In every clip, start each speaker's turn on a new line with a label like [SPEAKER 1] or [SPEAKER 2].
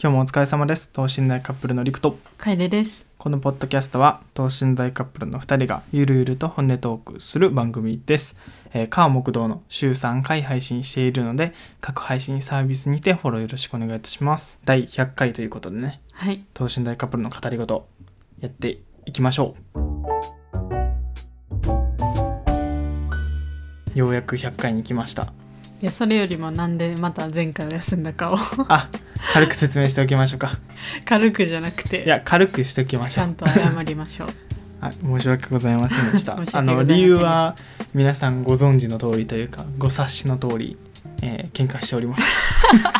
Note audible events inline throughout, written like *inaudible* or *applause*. [SPEAKER 1] 今日もお疲れ様です等身大カップルのりくと
[SPEAKER 2] 楓です。
[SPEAKER 1] このポッドキャストは等身大カップルの2人がゆるゆると本音トークする番組ですえー、川木道の週3回配信しているので各配信サービスにてフォローよろしくお願いいたします第100回ということでね
[SPEAKER 2] はい。
[SPEAKER 1] 等身大カップルの語り事やっていきましょうようやく100回に来ました
[SPEAKER 2] いや、それよりもなんでまた前回を休んだかを *laughs*
[SPEAKER 1] あ軽く説明しておきましょうか
[SPEAKER 2] 軽くじゃなくて、
[SPEAKER 1] いや軽くしておきまし
[SPEAKER 2] ち
[SPEAKER 1] ょ
[SPEAKER 2] ゃ
[SPEAKER 1] うん
[SPEAKER 2] と謝りましょう。
[SPEAKER 1] はい、申し訳ございませんでした
[SPEAKER 2] *laughs* 申し
[SPEAKER 1] あ
[SPEAKER 2] 訳ござい
[SPEAKER 1] の
[SPEAKER 2] ませんでした
[SPEAKER 1] 理由は皆さんご存知の通りというかご察しの通り、えー喧嘩しておりました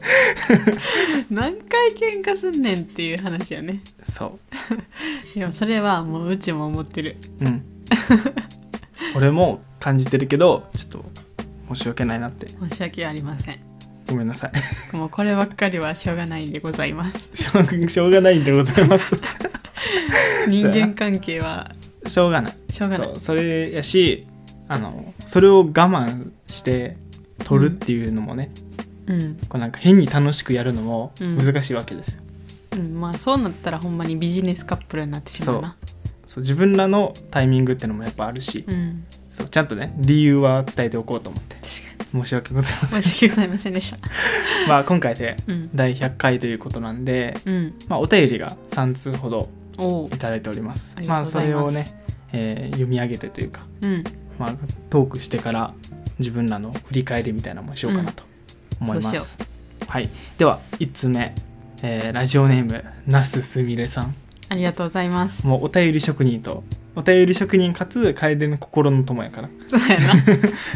[SPEAKER 2] *laughs* 何回喧嘩すんねんっていう話よね。 *laughs*
[SPEAKER 1] そ
[SPEAKER 2] いや、それはもううちも思ってる。
[SPEAKER 1] ううん
[SPEAKER 2] *laughs*
[SPEAKER 1] 俺も感じてるけどちょっと申し訳ないなって
[SPEAKER 2] 申し訳ありません。
[SPEAKER 1] ごめんなさい *laughs*
[SPEAKER 2] もうこればっかりはしょうがないんでござい *laughs* ます。
[SPEAKER 1] しょうしょうがないんでございます
[SPEAKER 2] 人間関係は
[SPEAKER 1] しょうがない
[SPEAKER 2] *laughs* しょうがな
[SPEAKER 1] そ
[SPEAKER 2] い。
[SPEAKER 1] うそれやしあのそれを我慢して取るっていうのもね、
[SPEAKER 2] うん。
[SPEAKER 1] こうなんか変に楽しくやるのも難しいわけですよ、
[SPEAKER 2] うん、まあそうなったらほんまにビジネスカップルになってしまうな。
[SPEAKER 1] そう自分らのタイミングってのもやっぱあるし、
[SPEAKER 2] うん。
[SPEAKER 1] そうちゃんとね理由は伝えておこうと思って
[SPEAKER 2] 確か
[SPEAKER 1] 申し訳ございません
[SPEAKER 2] に。申し訳ございませんで *laughs* した。
[SPEAKER 1] まあ今回で
[SPEAKER 2] うん。
[SPEAKER 1] 第100回ということなんで、
[SPEAKER 2] うん。
[SPEAKER 1] まあ、お便りが3通ほど
[SPEAKER 2] おう
[SPEAKER 1] い。ただいております
[SPEAKER 2] あり
[SPEAKER 1] ま
[SPEAKER 2] が
[SPEAKER 1] あ
[SPEAKER 2] とう
[SPEAKER 1] そ
[SPEAKER 2] ござい
[SPEAKER 1] れ
[SPEAKER 2] ます
[SPEAKER 1] をね、えー読み上げてというか、
[SPEAKER 2] うん。
[SPEAKER 1] まあ、トークしてから自分らの振り返りみたいなのもしようかなと思いま
[SPEAKER 2] そう
[SPEAKER 1] す、はい、では1通目、えーラジオネームなすすみれさん
[SPEAKER 2] ありがとうございます。
[SPEAKER 1] もうお便り職人とお便り職人かつ楓の心の友やから
[SPEAKER 2] そうやな。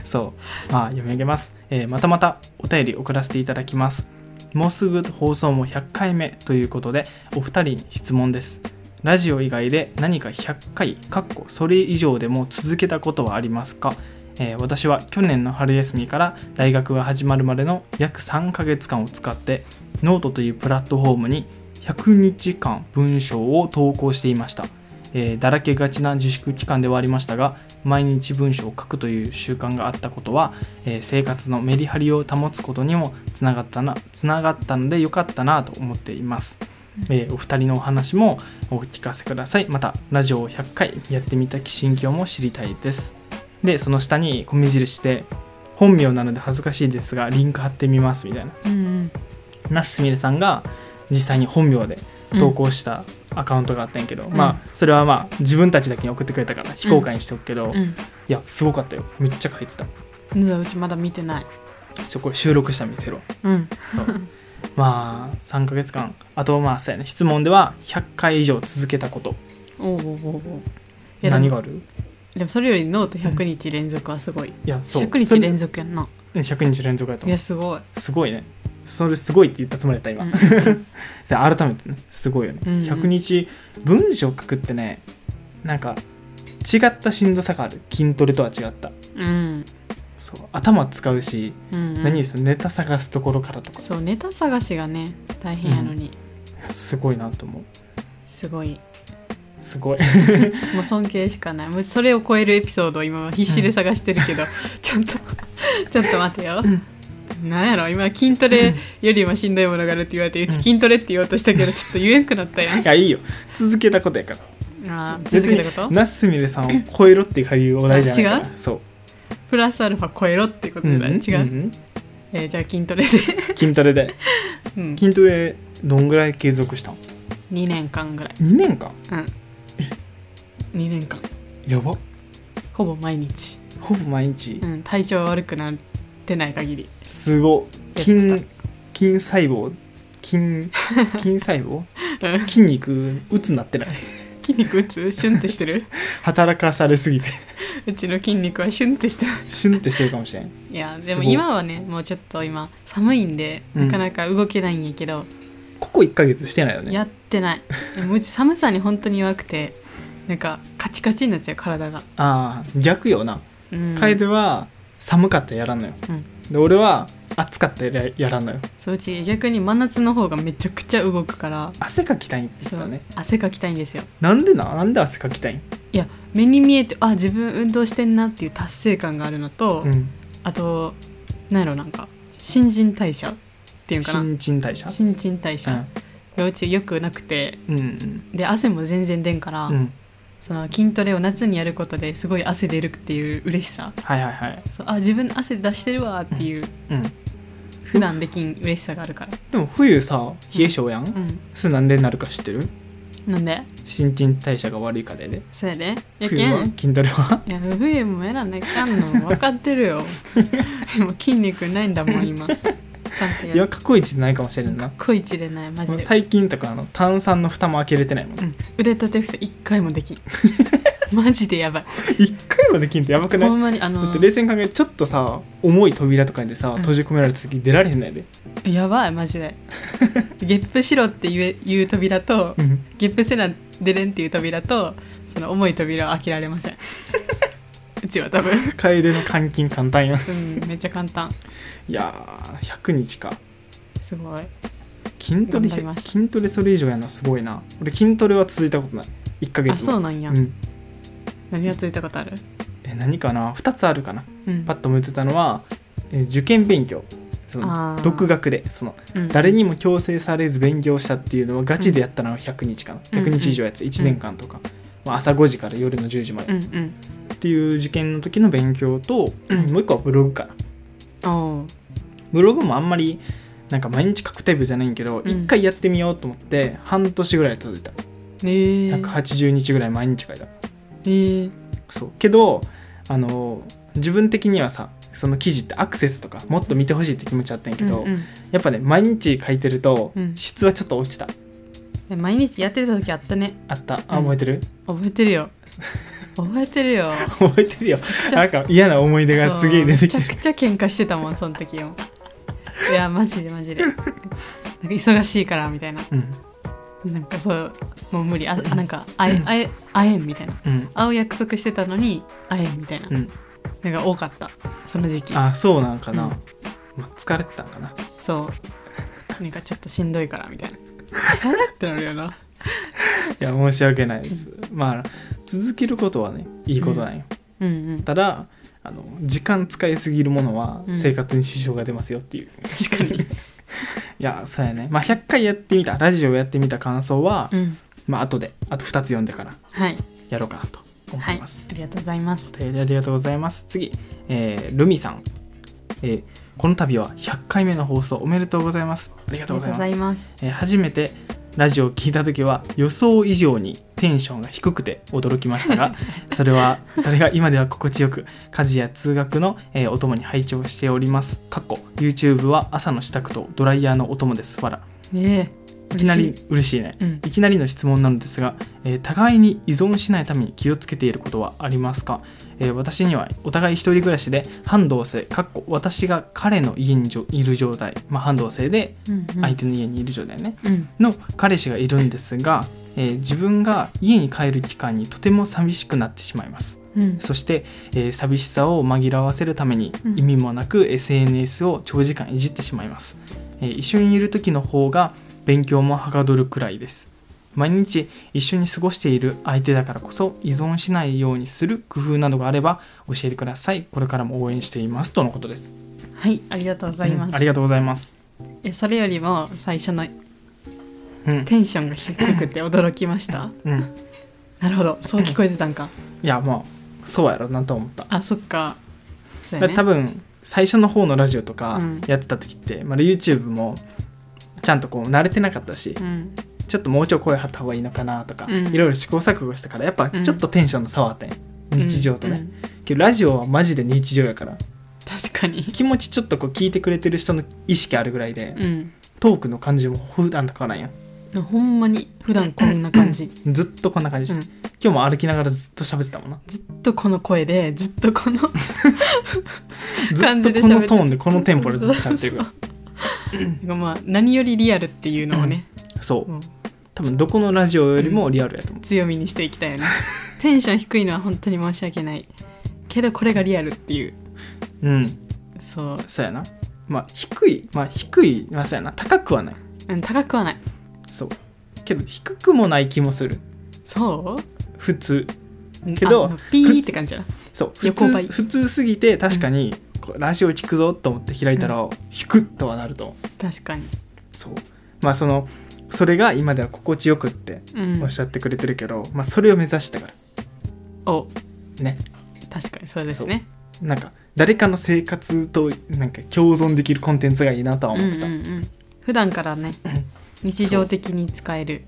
[SPEAKER 1] そう。まあ、読み上げます、えーまたまたお便り送らせていただきます。もうすぐ放送も100回目ということで、お二人に質問です。ラジオ以外で何か100回、かっこそれ以上でも続けたことはありますか、えー私は去年の春休みから大学が始まるまでの約3ヶ月間を使って、ノートというプラットフォームに100日間文章を投稿していました。えーだらけがちな自粛期間ではありましたが毎日文章を書くという習慣があったことは、えー生活のメリハリを保つことにもつながったなつながったのでよかったなと思っています、えーお二人のお話もお聞かせくださいまたラジオを100回やってみた心境も知りたいですでその下に米印で本名なので恥ずかしいですがリンク貼ってみますみたいな
[SPEAKER 2] *laughs* うん
[SPEAKER 1] ナスすみれさんが実際に本名で
[SPEAKER 2] うん。
[SPEAKER 1] 投稿したアカウントがあったんやけど、
[SPEAKER 2] ん
[SPEAKER 1] まあそれはまあ自分たちだけに送ってくれたから非公開にしておくけど、
[SPEAKER 2] う
[SPEAKER 1] い
[SPEAKER 2] ん。
[SPEAKER 1] やすごかったよめっちゃ書いてた
[SPEAKER 2] うん。じゃあうちまだ見てない。
[SPEAKER 1] ちょこれ収録したら見せろ
[SPEAKER 2] うん。
[SPEAKER 1] まあ3ヶ月間あとまあそうやね質問では100回以上続けたこと
[SPEAKER 2] おうおうおうおう。いや
[SPEAKER 1] 何
[SPEAKER 2] でも
[SPEAKER 1] がある
[SPEAKER 2] でもそれよりノート100日連続はすごい。
[SPEAKER 1] いやそう
[SPEAKER 2] 100日連続やんな。
[SPEAKER 1] それ100日連続やと
[SPEAKER 2] い
[SPEAKER 1] 思
[SPEAKER 2] やすごい。
[SPEAKER 1] うすごいねそれすごいって言ったつもりだった今、
[SPEAKER 2] うん
[SPEAKER 1] *laughs* それ改めてねすごいよね、
[SPEAKER 2] うんうん
[SPEAKER 1] 100日文章書くってねなんか違ったしんどさがある筋トレとは違った
[SPEAKER 2] うん。
[SPEAKER 1] そう頭使うし
[SPEAKER 2] うん、うん。
[SPEAKER 1] 何ですネタ探すところからとか
[SPEAKER 2] そうネタ探しがね大変やのに、
[SPEAKER 1] すごいなと思う
[SPEAKER 2] すごい
[SPEAKER 1] すごい *laughs*
[SPEAKER 2] もう尊敬しかないもうそれを超えるエピソードを今は必死で探してる
[SPEAKER 1] *laughs*
[SPEAKER 2] けど、ちょっとちょっと待てよ、なんやろ今筋トレよりもしんどいものがあるって言われてうち
[SPEAKER 1] うん
[SPEAKER 2] 筋トレって言おうとしたけどちょっと言えんくなったやん
[SPEAKER 1] いやいいよ続けたことやから
[SPEAKER 2] あー続けたこと
[SPEAKER 1] なすみれさんを超えろっていうお題じゃないから
[SPEAKER 2] あ違
[SPEAKER 1] そう、
[SPEAKER 2] プラスアルファ超えろってこと
[SPEAKER 1] う
[SPEAKER 2] だ
[SPEAKER 1] ん
[SPEAKER 2] よね、違う、
[SPEAKER 1] んん
[SPEAKER 2] えーじゃあ筋トレで、
[SPEAKER 1] 筋トレで
[SPEAKER 2] うん、
[SPEAKER 1] 筋トレどんぐらい継続したの
[SPEAKER 2] 2年間ぐらい、
[SPEAKER 1] 2年間
[SPEAKER 2] うん、2年間
[SPEAKER 1] やば
[SPEAKER 2] ほぼ毎日、
[SPEAKER 1] ほぼ毎日
[SPEAKER 2] うん、体調悪くなってない限り
[SPEAKER 1] すご
[SPEAKER 2] やった
[SPEAKER 1] 筋筋細胞筋筋細胞
[SPEAKER 2] うん
[SPEAKER 1] 筋肉うつなってない
[SPEAKER 2] 筋肉打つシュンってし
[SPEAKER 1] *laughs*
[SPEAKER 2] てる
[SPEAKER 1] 働かされすぎて
[SPEAKER 2] うちの筋肉はシュンってしてる
[SPEAKER 1] シュンってしてるかもしれん
[SPEAKER 2] いや
[SPEAKER 1] す
[SPEAKER 2] で
[SPEAKER 1] ご
[SPEAKER 2] も
[SPEAKER 1] い
[SPEAKER 2] 今はねもうちょっと今寒いんで
[SPEAKER 1] うん
[SPEAKER 2] なかなか動けないんやけど、
[SPEAKER 1] ここ1ヶ月してないよね
[SPEAKER 2] やってないでもうち寒さに本当に弱くてなんかカチカチになっちゃう体が、
[SPEAKER 1] ああ逆よな
[SPEAKER 2] うん、
[SPEAKER 1] 楓は寒かったらやらんのよ、
[SPEAKER 2] うん
[SPEAKER 1] で俺は暑かったらややらんのよ
[SPEAKER 2] そううち逆に真夏の方がめちゃくちゃ動くから
[SPEAKER 1] 汗かきたいって言って
[SPEAKER 2] そ
[SPEAKER 1] た
[SPEAKER 2] う
[SPEAKER 1] ね
[SPEAKER 2] 汗かきたいんですよ
[SPEAKER 1] なんでななんで汗かきたいん、
[SPEAKER 2] いや目に見えてあ自分運動してんなっていう達成感があるのと、
[SPEAKER 1] うん、
[SPEAKER 2] あとなんやろなんか新陳代謝っていうんかな
[SPEAKER 1] 新陳代謝
[SPEAKER 2] 新陳代
[SPEAKER 1] う
[SPEAKER 2] 謝、
[SPEAKER 1] ん
[SPEAKER 2] 幼虫良くなくて
[SPEAKER 1] うん
[SPEAKER 2] で汗も全然出んから、
[SPEAKER 1] うんうん
[SPEAKER 2] その筋トレを夏にやることですごい汗出るっていう嬉しさ
[SPEAKER 1] はいはいはい
[SPEAKER 2] そうあ自分汗出してるわっていう
[SPEAKER 1] うん
[SPEAKER 2] 普段できん嬉しさがあるから
[SPEAKER 1] でも冬さ冷え性やん、
[SPEAKER 2] うん
[SPEAKER 1] それなんでなるか知ってる
[SPEAKER 2] なんで
[SPEAKER 1] 新陳代謝が悪いからやで
[SPEAKER 2] そやでやけ
[SPEAKER 1] 冬は
[SPEAKER 2] ん
[SPEAKER 1] 筋トレはい
[SPEAKER 2] や冬もやらないかんの分かって
[SPEAKER 1] *laughs*
[SPEAKER 2] るよもう筋肉ないんだもん今ちゃんと
[SPEAKER 1] い
[SPEAKER 2] や
[SPEAKER 1] や
[SPEAKER 2] る
[SPEAKER 1] 過去一じゃないかもしれんな
[SPEAKER 2] こいちれないマジで
[SPEAKER 1] 最近とかあの炭酸の蓋も開けれてない *laughs* もん
[SPEAKER 2] うん、腕立て伏せ一回もできん *laughs* マジでやばい
[SPEAKER 1] 一回はできんってやばくない
[SPEAKER 2] ほんまにあの
[SPEAKER 1] だって冷静に考えてちょっとさ重い扉とかでさ閉じ込められた時出られへんないで、
[SPEAKER 2] やばい
[SPEAKER 1] *laughs*
[SPEAKER 2] マジでゲップしろって言え言う扉と
[SPEAKER 1] うん、
[SPEAKER 2] ゲップせな出れんっていう扉とその重い扉は開けられ
[SPEAKER 1] *laughs*
[SPEAKER 2] ませんうちは多分、
[SPEAKER 1] *laughs* 楓の監禁簡単やん
[SPEAKER 2] うん、めっちゃ簡単
[SPEAKER 1] いやー100日か
[SPEAKER 2] すごい
[SPEAKER 1] 筋トレ
[SPEAKER 2] 頑張りました
[SPEAKER 1] 筋トレそれ以上やなすごいな俺筋トレは続いたことない1ヶ月も
[SPEAKER 2] あそうなんや、
[SPEAKER 1] うん
[SPEAKER 2] 何がついたことある、
[SPEAKER 1] え何かな2つあるかな
[SPEAKER 2] うん
[SPEAKER 1] パッと思いついたのは、えー受験勉強そ
[SPEAKER 2] あ
[SPEAKER 1] の
[SPEAKER 2] ー
[SPEAKER 1] 独学でその
[SPEAKER 2] うん
[SPEAKER 1] 誰にも強制されず勉強したっていうのはガチでやったのは100日かな、
[SPEAKER 2] うん
[SPEAKER 1] 100日以上やつ1年間とか、まあ、朝5時から夜の10時ま
[SPEAKER 2] う
[SPEAKER 1] で
[SPEAKER 2] んうん
[SPEAKER 1] っていう受験の時の勉強と、
[SPEAKER 2] うん
[SPEAKER 1] もう一個はブログかな
[SPEAKER 2] おう
[SPEAKER 1] ブログもあんまりなんか毎日書くタイプじゃないんやけど、
[SPEAKER 2] うん
[SPEAKER 1] 一回やってみようと思って半年ぐらい続いた
[SPEAKER 2] ええ
[SPEAKER 1] 180日ぐらい毎日書いた
[SPEAKER 2] えー
[SPEAKER 1] そうけどあの自分的にはさその記事ってアクセスとかもっと見てほしいって気持ちあったんやけど、
[SPEAKER 2] うんうん
[SPEAKER 1] やっぱね毎日書いてると
[SPEAKER 2] うん
[SPEAKER 1] 質はちょっと落ちた、
[SPEAKER 2] え毎日やってた時あったね
[SPEAKER 1] あったあ覚えてる、 *laughs*
[SPEAKER 2] 覚えてるよ覚えてるよ
[SPEAKER 1] 覚えてるよ
[SPEAKER 2] くちゃ
[SPEAKER 1] なんか嫌な思い出がすげえ出てき
[SPEAKER 2] そうめ
[SPEAKER 1] て
[SPEAKER 2] ちゃくちゃ喧嘩してたもんその時よいやマジでマジでなんか忙しいからみたいな
[SPEAKER 1] うん
[SPEAKER 2] なんかそうもう無理あなんか会え会え会えんみたいな
[SPEAKER 1] うん
[SPEAKER 2] 会う約束してたのに会えんみたいな、
[SPEAKER 1] うん
[SPEAKER 2] なんか多かったその時期
[SPEAKER 1] あそうなんかな、
[SPEAKER 2] うん
[SPEAKER 1] まあ、疲れてたんかな
[SPEAKER 2] そうなんかちょっとしんどいからみたいなえってなるよない
[SPEAKER 1] や申し訳ないですまあ続けることはねいいことなんよ、
[SPEAKER 2] うんうん
[SPEAKER 1] ただあの時間使いすぎるものは
[SPEAKER 2] うん
[SPEAKER 1] 生活に支障が出ますよっていう、い
[SPEAKER 2] 確かに
[SPEAKER 1] やそうやねまあ100回やってみたラジオやってみた感想は、
[SPEAKER 2] うん
[SPEAKER 1] まあ後であと2つ読んでから
[SPEAKER 2] はい
[SPEAKER 1] やろうかなと思
[SPEAKER 2] はいい
[SPEAKER 1] ます、
[SPEAKER 2] ありがとうございます
[SPEAKER 1] お便りありがとうございます次、えールミさん、えーこの度は100回目の放送おめでとうございますありが
[SPEAKER 2] あ
[SPEAKER 1] とう
[SPEAKER 2] り
[SPEAKER 1] ご
[SPEAKER 2] が
[SPEAKER 1] ざ
[SPEAKER 2] と
[SPEAKER 1] いう
[SPEAKER 2] ご
[SPEAKER 1] ま
[SPEAKER 2] ざ
[SPEAKER 1] す
[SPEAKER 2] います
[SPEAKER 1] えー初めてラジオを聞いた時は予想以上にテンションが低くて驚きました
[SPEAKER 2] *laughs*
[SPEAKER 1] がそれはそれが今では心地よく家事や通学の、えーお供に拝聴しておりますかっこ YouTube は朝の支度とドライヤーのお供ですわら
[SPEAKER 2] ねえ
[SPEAKER 1] いきな
[SPEAKER 2] 嬉し
[SPEAKER 1] り嬉しいね
[SPEAKER 2] うん
[SPEAKER 1] いきなりの質問なのですが、えー互いに依存しないために気をつけていることはありますか、えー私にはお互い一人暮らしで半同棲かっこ私が彼の家にじょいる状態、まあ、半同棲で
[SPEAKER 2] うんうん
[SPEAKER 1] 相手の家にいる状態ね、
[SPEAKER 2] うん
[SPEAKER 1] の彼氏がいるんですが、えー自分が家に帰る期間にとても寂しくなってしまいます
[SPEAKER 2] うん
[SPEAKER 1] そして、えー寂しさを紛らわせるために
[SPEAKER 2] うん
[SPEAKER 1] 意味もなく SNS を長時間いじってしまいます、えー一緒にいる時の方が勉強もはかどるくらいです毎日一緒に過ごしている相手だからこそ依存しないようにする工夫などがあれば教えてくださいこれからも応援していますとのことです
[SPEAKER 2] はいありがとうございます、
[SPEAKER 1] うんありがとうございます
[SPEAKER 2] えそれよりも最初の
[SPEAKER 1] うん、
[SPEAKER 2] テンションが低くて驚きました
[SPEAKER 1] うん、
[SPEAKER 2] *laughs* なるほどそう聞こえてたんか
[SPEAKER 1] いやまあそうやろうなと思った
[SPEAKER 2] *laughs* あそっかそう
[SPEAKER 1] だ
[SPEAKER 2] や
[SPEAKER 1] から
[SPEAKER 2] ね
[SPEAKER 1] 多分最初の方のラジオとか
[SPEAKER 2] うん
[SPEAKER 1] やってた時って、まあ、YouTube もちゃんとこう慣れてなかったし、
[SPEAKER 2] うん
[SPEAKER 1] ちょっともうちょい声張った方がいいのかなとか、
[SPEAKER 2] うん
[SPEAKER 1] いろいろ試行錯誤したからやっぱ
[SPEAKER 2] うん
[SPEAKER 1] ちょっとテンションの差はあったんや日常とね、
[SPEAKER 2] うんうん
[SPEAKER 1] けどラジオはマジで日常やから
[SPEAKER 2] 確かに
[SPEAKER 1] 気持ちちょっとこう聞いてくれてる人の意識あるぐらいで、
[SPEAKER 2] うん
[SPEAKER 1] トークの感じも普段と変わらんやん
[SPEAKER 2] ほんまに普段こんな感じ
[SPEAKER 1] ずっとこんな感じ、
[SPEAKER 2] うん
[SPEAKER 1] 今日も歩きながらずっと喋ってたもんな
[SPEAKER 2] ずっとこの声でずっとこの感
[SPEAKER 1] ず
[SPEAKER 2] じ
[SPEAKER 1] っとこ
[SPEAKER 2] で喋
[SPEAKER 1] の
[SPEAKER 2] って
[SPEAKER 1] トーンでこのテンポでずっと喋
[SPEAKER 2] *laughs*
[SPEAKER 1] ってるか
[SPEAKER 2] まあ何よりリアルっていうのをね、
[SPEAKER 1] らそう
[SPEAKER 2] もう
[SPEAKER 1] 多分どこのラジオよりもリアルやと思う、
[SPEAKER 2] 強みにしていきた *laughs* いよねテンション低いのは本当に申し訳ないけどこれがリアルっていう
[SPEAKER 1] うん、
[SPEAKER 2] そう
[SPEAKER 1] そうやなまあ低いまあ低いまあそうやな高くはない
[SPEAKER 2] うん高くはない
[SPEAKER 1] そうけど低くもない気もする
[SPEAKER 2] そう
[SPEAKER 1] 普通
[SPEAKER 2] うん
[SPEAKER 1] けど
[SPEAKER 2] あピーって感じだ
[SPEAKER 1] そう普
[SPEAKER 2] 横ばい
[SPEAKER 1] 通普通すぎて確かにこうラジオ聞くぞと思って開いたら、ひくっとはなると
[SPEAKER 2] 確かに、
[SPEAKER 1] そうまあそのそれが今では心地よくって
[SPEAKER 2] うん
[SPEAKER 1] おっしゃってくれてるけど、まあそれを目指したか
[SPEAKER 2] お
[SPEAKER 1] らね
[SPEAKER 2] 確かにそうですね
[SPEAKER 1] なんか誰かの生活となんか共存できるコンテンツがいいなとは
[SPEAKER 2] うん
[SPEAKER 1] 思
[SPEAKER 2] う
[SPEAKER 1] っ
[SPEAKER 2] ん
[SPEAKER 1] てた、
[SPEAKER 2] うん普段からね日常的に使える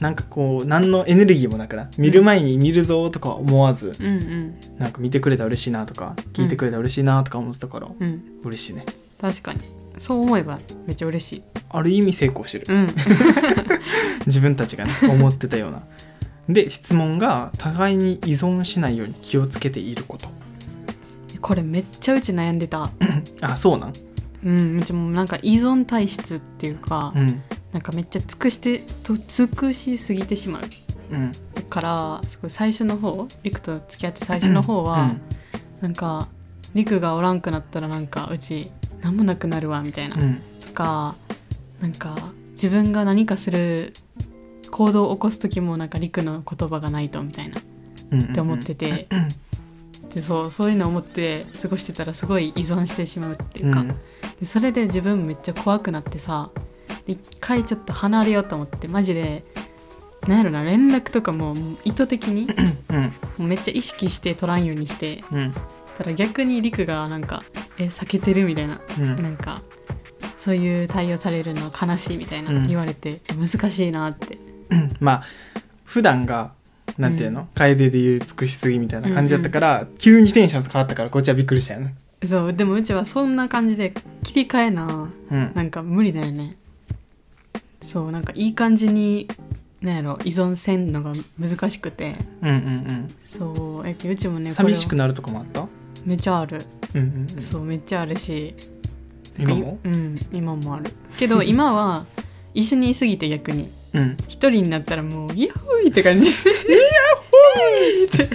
[SPEAKER 1] なんかこう何のエネルギーもなくな見る前に見るぞとか思わず、
[SPEAKER 2] うんうん
[SPEAKER 1] なんか見てくれたら嬉しいなとか聞いてくれたら嬉しいなとか思ってたから、
[SPEAKER 2] うん
[SPEAKER 1] 嬉しいね
[SPEAKER 2] 確かにそう思えばめっちゃ嬉しい
[SPEAKER 1] ある意味成功してる
[SPEAKER 2] うん
[SPEAKER 1] 自分たちが
[SPEAKER 2] *laughs*
[SPEAKER 1] ね思ってたようなで質問が互いに依存しないように気をつけていること
[SPEAKER 2] これめっちゃうち悩んでた
[SPEAKER 1] あそうなん
[SPEAKER 2] うんうちもなんか依存体質っていうか、
[SPEAKER 1] うん
[SPEAKER 2] なんかめっちゃ尽くしてと尽くしすぎてしまう
[SPEAKER 1] うん
[SPEAKER 2] だからすごい最初の方リクと付き合って最初の方は、なんかリクがおらんくなったらなんかうち何もなくなるわみたいな、
[SPEAKER 1] うんうん
[SPEAKER 2] とかなんか自分が何かする行動を起こす時もなんかリクの言葉がないとみたいなっ
[SPEAKER 1] うんうん
[SPEAKER 2] て思ってて、でそうそういうの思って過ごしてたらすごい依存してしまうっていうか、
[SPEAKER 1] うん
[SPEAKER 2] でそれで自分めっちゃ怖くなってさで一回ちょっと離れようと思ってマジでなんやろな連絡とかも意図的に
[SPEAKER 1] うん
[SPEAKER 2] もうめっちゃ意識して取らんようにして
[SPEAKER 1] うん
[SPEAKER 2] ただ逆にリクがなんか「え避けてる」みたいな
[SPEAKER 1] うん
[SPEAKER 2] なんかそういう対応されるのは悲しいみたいな
[SPEAKER 1] うん
[SPEAKER 2] 言われて、え難しいなって
[SPEAKER 1] まあ普段がなんていうの、
[SPEAKER 2] うん
[SPEAKER 1] 楓でいう尽くしすぎみたいな感じだったから、急にテンション変わったからこっちはびっくりしたよね
[SPEAKER 2] そうでもうちはそんな感じで切り替えな
[SPEAKER 1] うん
[SPEAKER 2] なんか無理だよねそうなんかいい感じになんやろ依存せんのが難しくて
[SPEAKER 1] うんうん
[SPEAKER 2] そうえうちも
[SPEAKER 1] う
[SPEAKER 2] ね
[SPEAKER 1] ん寂しく
[SPEAKER 2] こ
[SPEAKER 1] なるとかもあった
[SPEAKER 2] れはめっちゃある、
[SPEAKER 1] うんうんうん
[SPEAKER 2] そうめっちゃあるし
[SPEAKER 1] 今も
[SPEAKER 2] うん今もあるけ
[SPEAKER 1] *laughs*
[SPEAKER 2] ど今は一緒にいすぎて逆に
[SPEAKER 1] うん
[SPEAKER 2] 一人になったらもうイヤホーイって感じイヤホーイって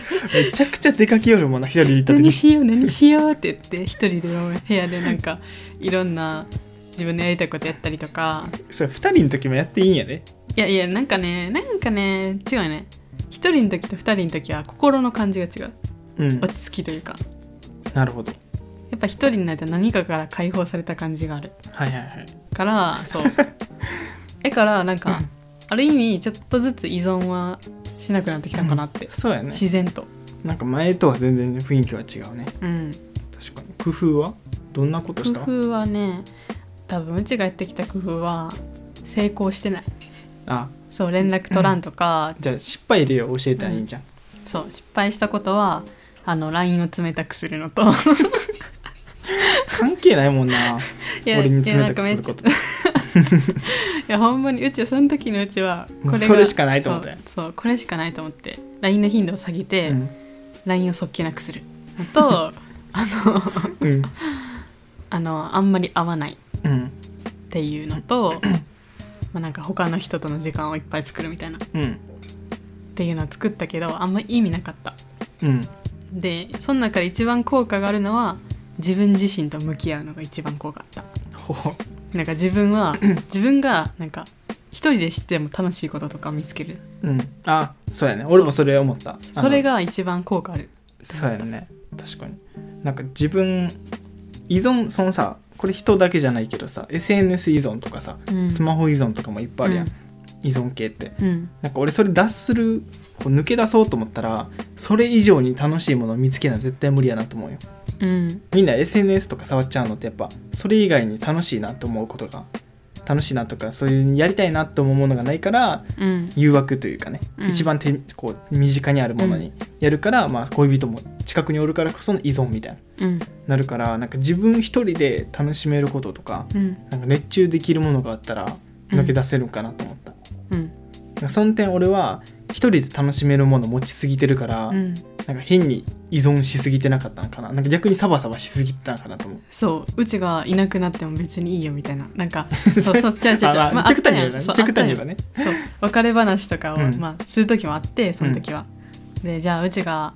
[SPEAKER 1] めちゃくちゃ出かけよるもんな一人で行った
[SPEAKER 2] 何
[SPEAKER 1] 時
[SPEAKER 2] しよう何しようって言って一人で部屋でなんかいろんな自分のやりたいことやったりとか
[SPEAKER 1] それ二人の時もやっていいんやで
[SPEAKER 2] いやいやなんかねなんかね違うね一人の時と二人の時は心の感じが違う
[SPEAKER 1] うん
[SPEAKER 2] 落ち着きというか
[SPEAKER 1] なるほど
[SPEAKER 2] やっぱ一人になると何かから解放された感じがある
[SPEAKER 1] はいはいはい
[SPEAKER 2] から
[SPEAKER 1] *laughs*
[SPEAKER 2] そうだからなんかある意味ちょっとずつ依存はしなくなってきたかなって、
[SPEAKER 1] そうやね
[SPEAKER 2] 自然と
[SPEAKER 1] なんか前とは全然雰囲気は違うね
[SPEAKER 2] うん
[SPEAKER 1] 確かに工夫はどんなことした
[SPEAKER 2] 工夫はね多分うちがやってきた工夫は成功してない
[SPEAKER 1] あ
[SPEAKER 2] そう連絡取らんとか、
[SPEAKER 1] じゃあ失敗例を教えたらいいん *laughs* じゃん、
[SPEAKER 2] そう失敗したことはあの LINE を冷たくするの
[SPEAKER 1] *laughs*
[SPEAKER 2] と
[SPEAKER 1] 関係ないもんない
[SPEAKER 2] や
[SPEAKER 1] 俺に
[SPEAKER 2] いやな
[SPEAKER 1] 冷
[SPEAKER 2] ん
[SPEAKER 1] た
[SPEAKER 2] か
[SPEAKER 1] く
[SPEAKER 2] め
[SPEAKER 1] する
[SPEAKER 2] っちゃ
[SPEAKER 1] こ
[SPEAKER 2] い
[SPEAKER 1] と
[SPEAKER 2] やほんまにうちはその時のうちは
[SPEAKER 1] もう
[SPEAKER 2] が
[SPEAKER 1] それしかないと思って
[SPEAKER 2] そうそうこれしかないと思って LINE の頻度を下げて、
[SPEAKER 1] うん
[SPEAKER 2] LINE をそっけなくするの
[SPEAKER 1] *laughs*
[SPEAKER 2] と
[SPEAKER 1] うん
[SPEAKER 2] あのあんまり会わないっ
[SPEAKER 1] うん
[SPEAKER 2] ていうの
[SPEAKER 1] *laughs*
[SPEAKER 2] とまあなんか他の人との時間をいっぱい作るみたいなっ
[SPEAKER 1] うん
[SPEAKER 2] ていうのを作ったけどあんまり意味なかった
[SPEAKER 1] うん
[SPEAKER 2] でその中で一番効果があるのは自分自身と向き合うのが一番効果あった
[SPEAKER 1] ほ
[SPEAKER 2] なんか自
[SPEAKER 1] *clears throat*
[SPEAKER 2] 分は自分がなんか一人で知っても楽しいこととかを見つける
[SPEAKER 1] ううんあそうやね俺もそれ思った
[SPEAKER 2] それ
[SPEAKER 1] が
[SPEAKER 2] が一番効果ある
[SPEAKER 1] そうやね確かになんか自分依存そのさこれ人だけじゃないけどさ SNS 依存とかさ、
[SPEAKER 2] うん
[SPEAKER 1] スマホ依存とかもいっぱいあるやん、
[SPEAKER 2] うん
[SPEAKER 1] 依存系って
[SPEAKER 2] うん
[SPEAKER 1] なんか俺それ脱するこう抜け出そうと思ったらそれ以上に楽しいものを見つけるのは絶対無理やなと思うよ
[SPEAKER 2] うん
[SPEAKER 1] みんな SNS とか触っちゃうのってやっぱそれ以外に楽しいなと思うことが楽しいなとかそういうやりたいなと思うものがないから
[SPEAKER 2] うん
[SPEAKER 1] 誘惑というかね、
[SPEAKER 2] うん
[SPEAKER 1] 一番手こう身近にあるものにやるから、まあ、恋人も近くにおるからこその依存みたいな
[SPEAKER 2] うん
[SPEAKER 1] なるからなんか自分一人で楽しめることとか
[SPEAKER 2] うん
[SPEAKER 1] なんか熱中できるものがあったら
[SPEAKER 2] うん
[SPEAKER 1] 抜け出せるかなと思った、
[SPEAKER 2] うん
[SPEAKER 1] なんかその点俺は一人で楽しめるもの持ちすぎてるから、
[SPEAKER 2] うん
[SPEAKER 1] なんか変に依存しすぎてなかったのかななんか逆にサバサバしすぎてたのかなと思う
[SPEAKER 2] そううちがいなくなっても別にいいよみたいなな
[SPEAKER 1] *laughs*
[SPEAKER 2] んかそうそう *laughs* ちゃうちゃうちゃ
[SPEAKER 1] あ
[SPEAKER 2] う
[SPEAKER 1] ま
[SPEAKER 2] ま
[SPEAKER 1] あ
[SPEAKER 2] ああっ
[SPEAKER 1] 極
[SPEAKER 2] た
[SPEAKER 1] 端に言え
[SPEAKER 2] や
[SPEAKER 1] ば
[SPEAKER 2] ん
[SPEAKER 1] ね
[SPEAKER 2] そう
[SPEAKER 1] 極端に言えば
[SPEAKER 2] あっ
[SPEAKER 1] ね
[SPEAKER 2] たやんそう別れ話とかを、
[SPEAKER 1] うん
[SPEAKER 2] まあ、する時もあってその時は、でじゃあうちが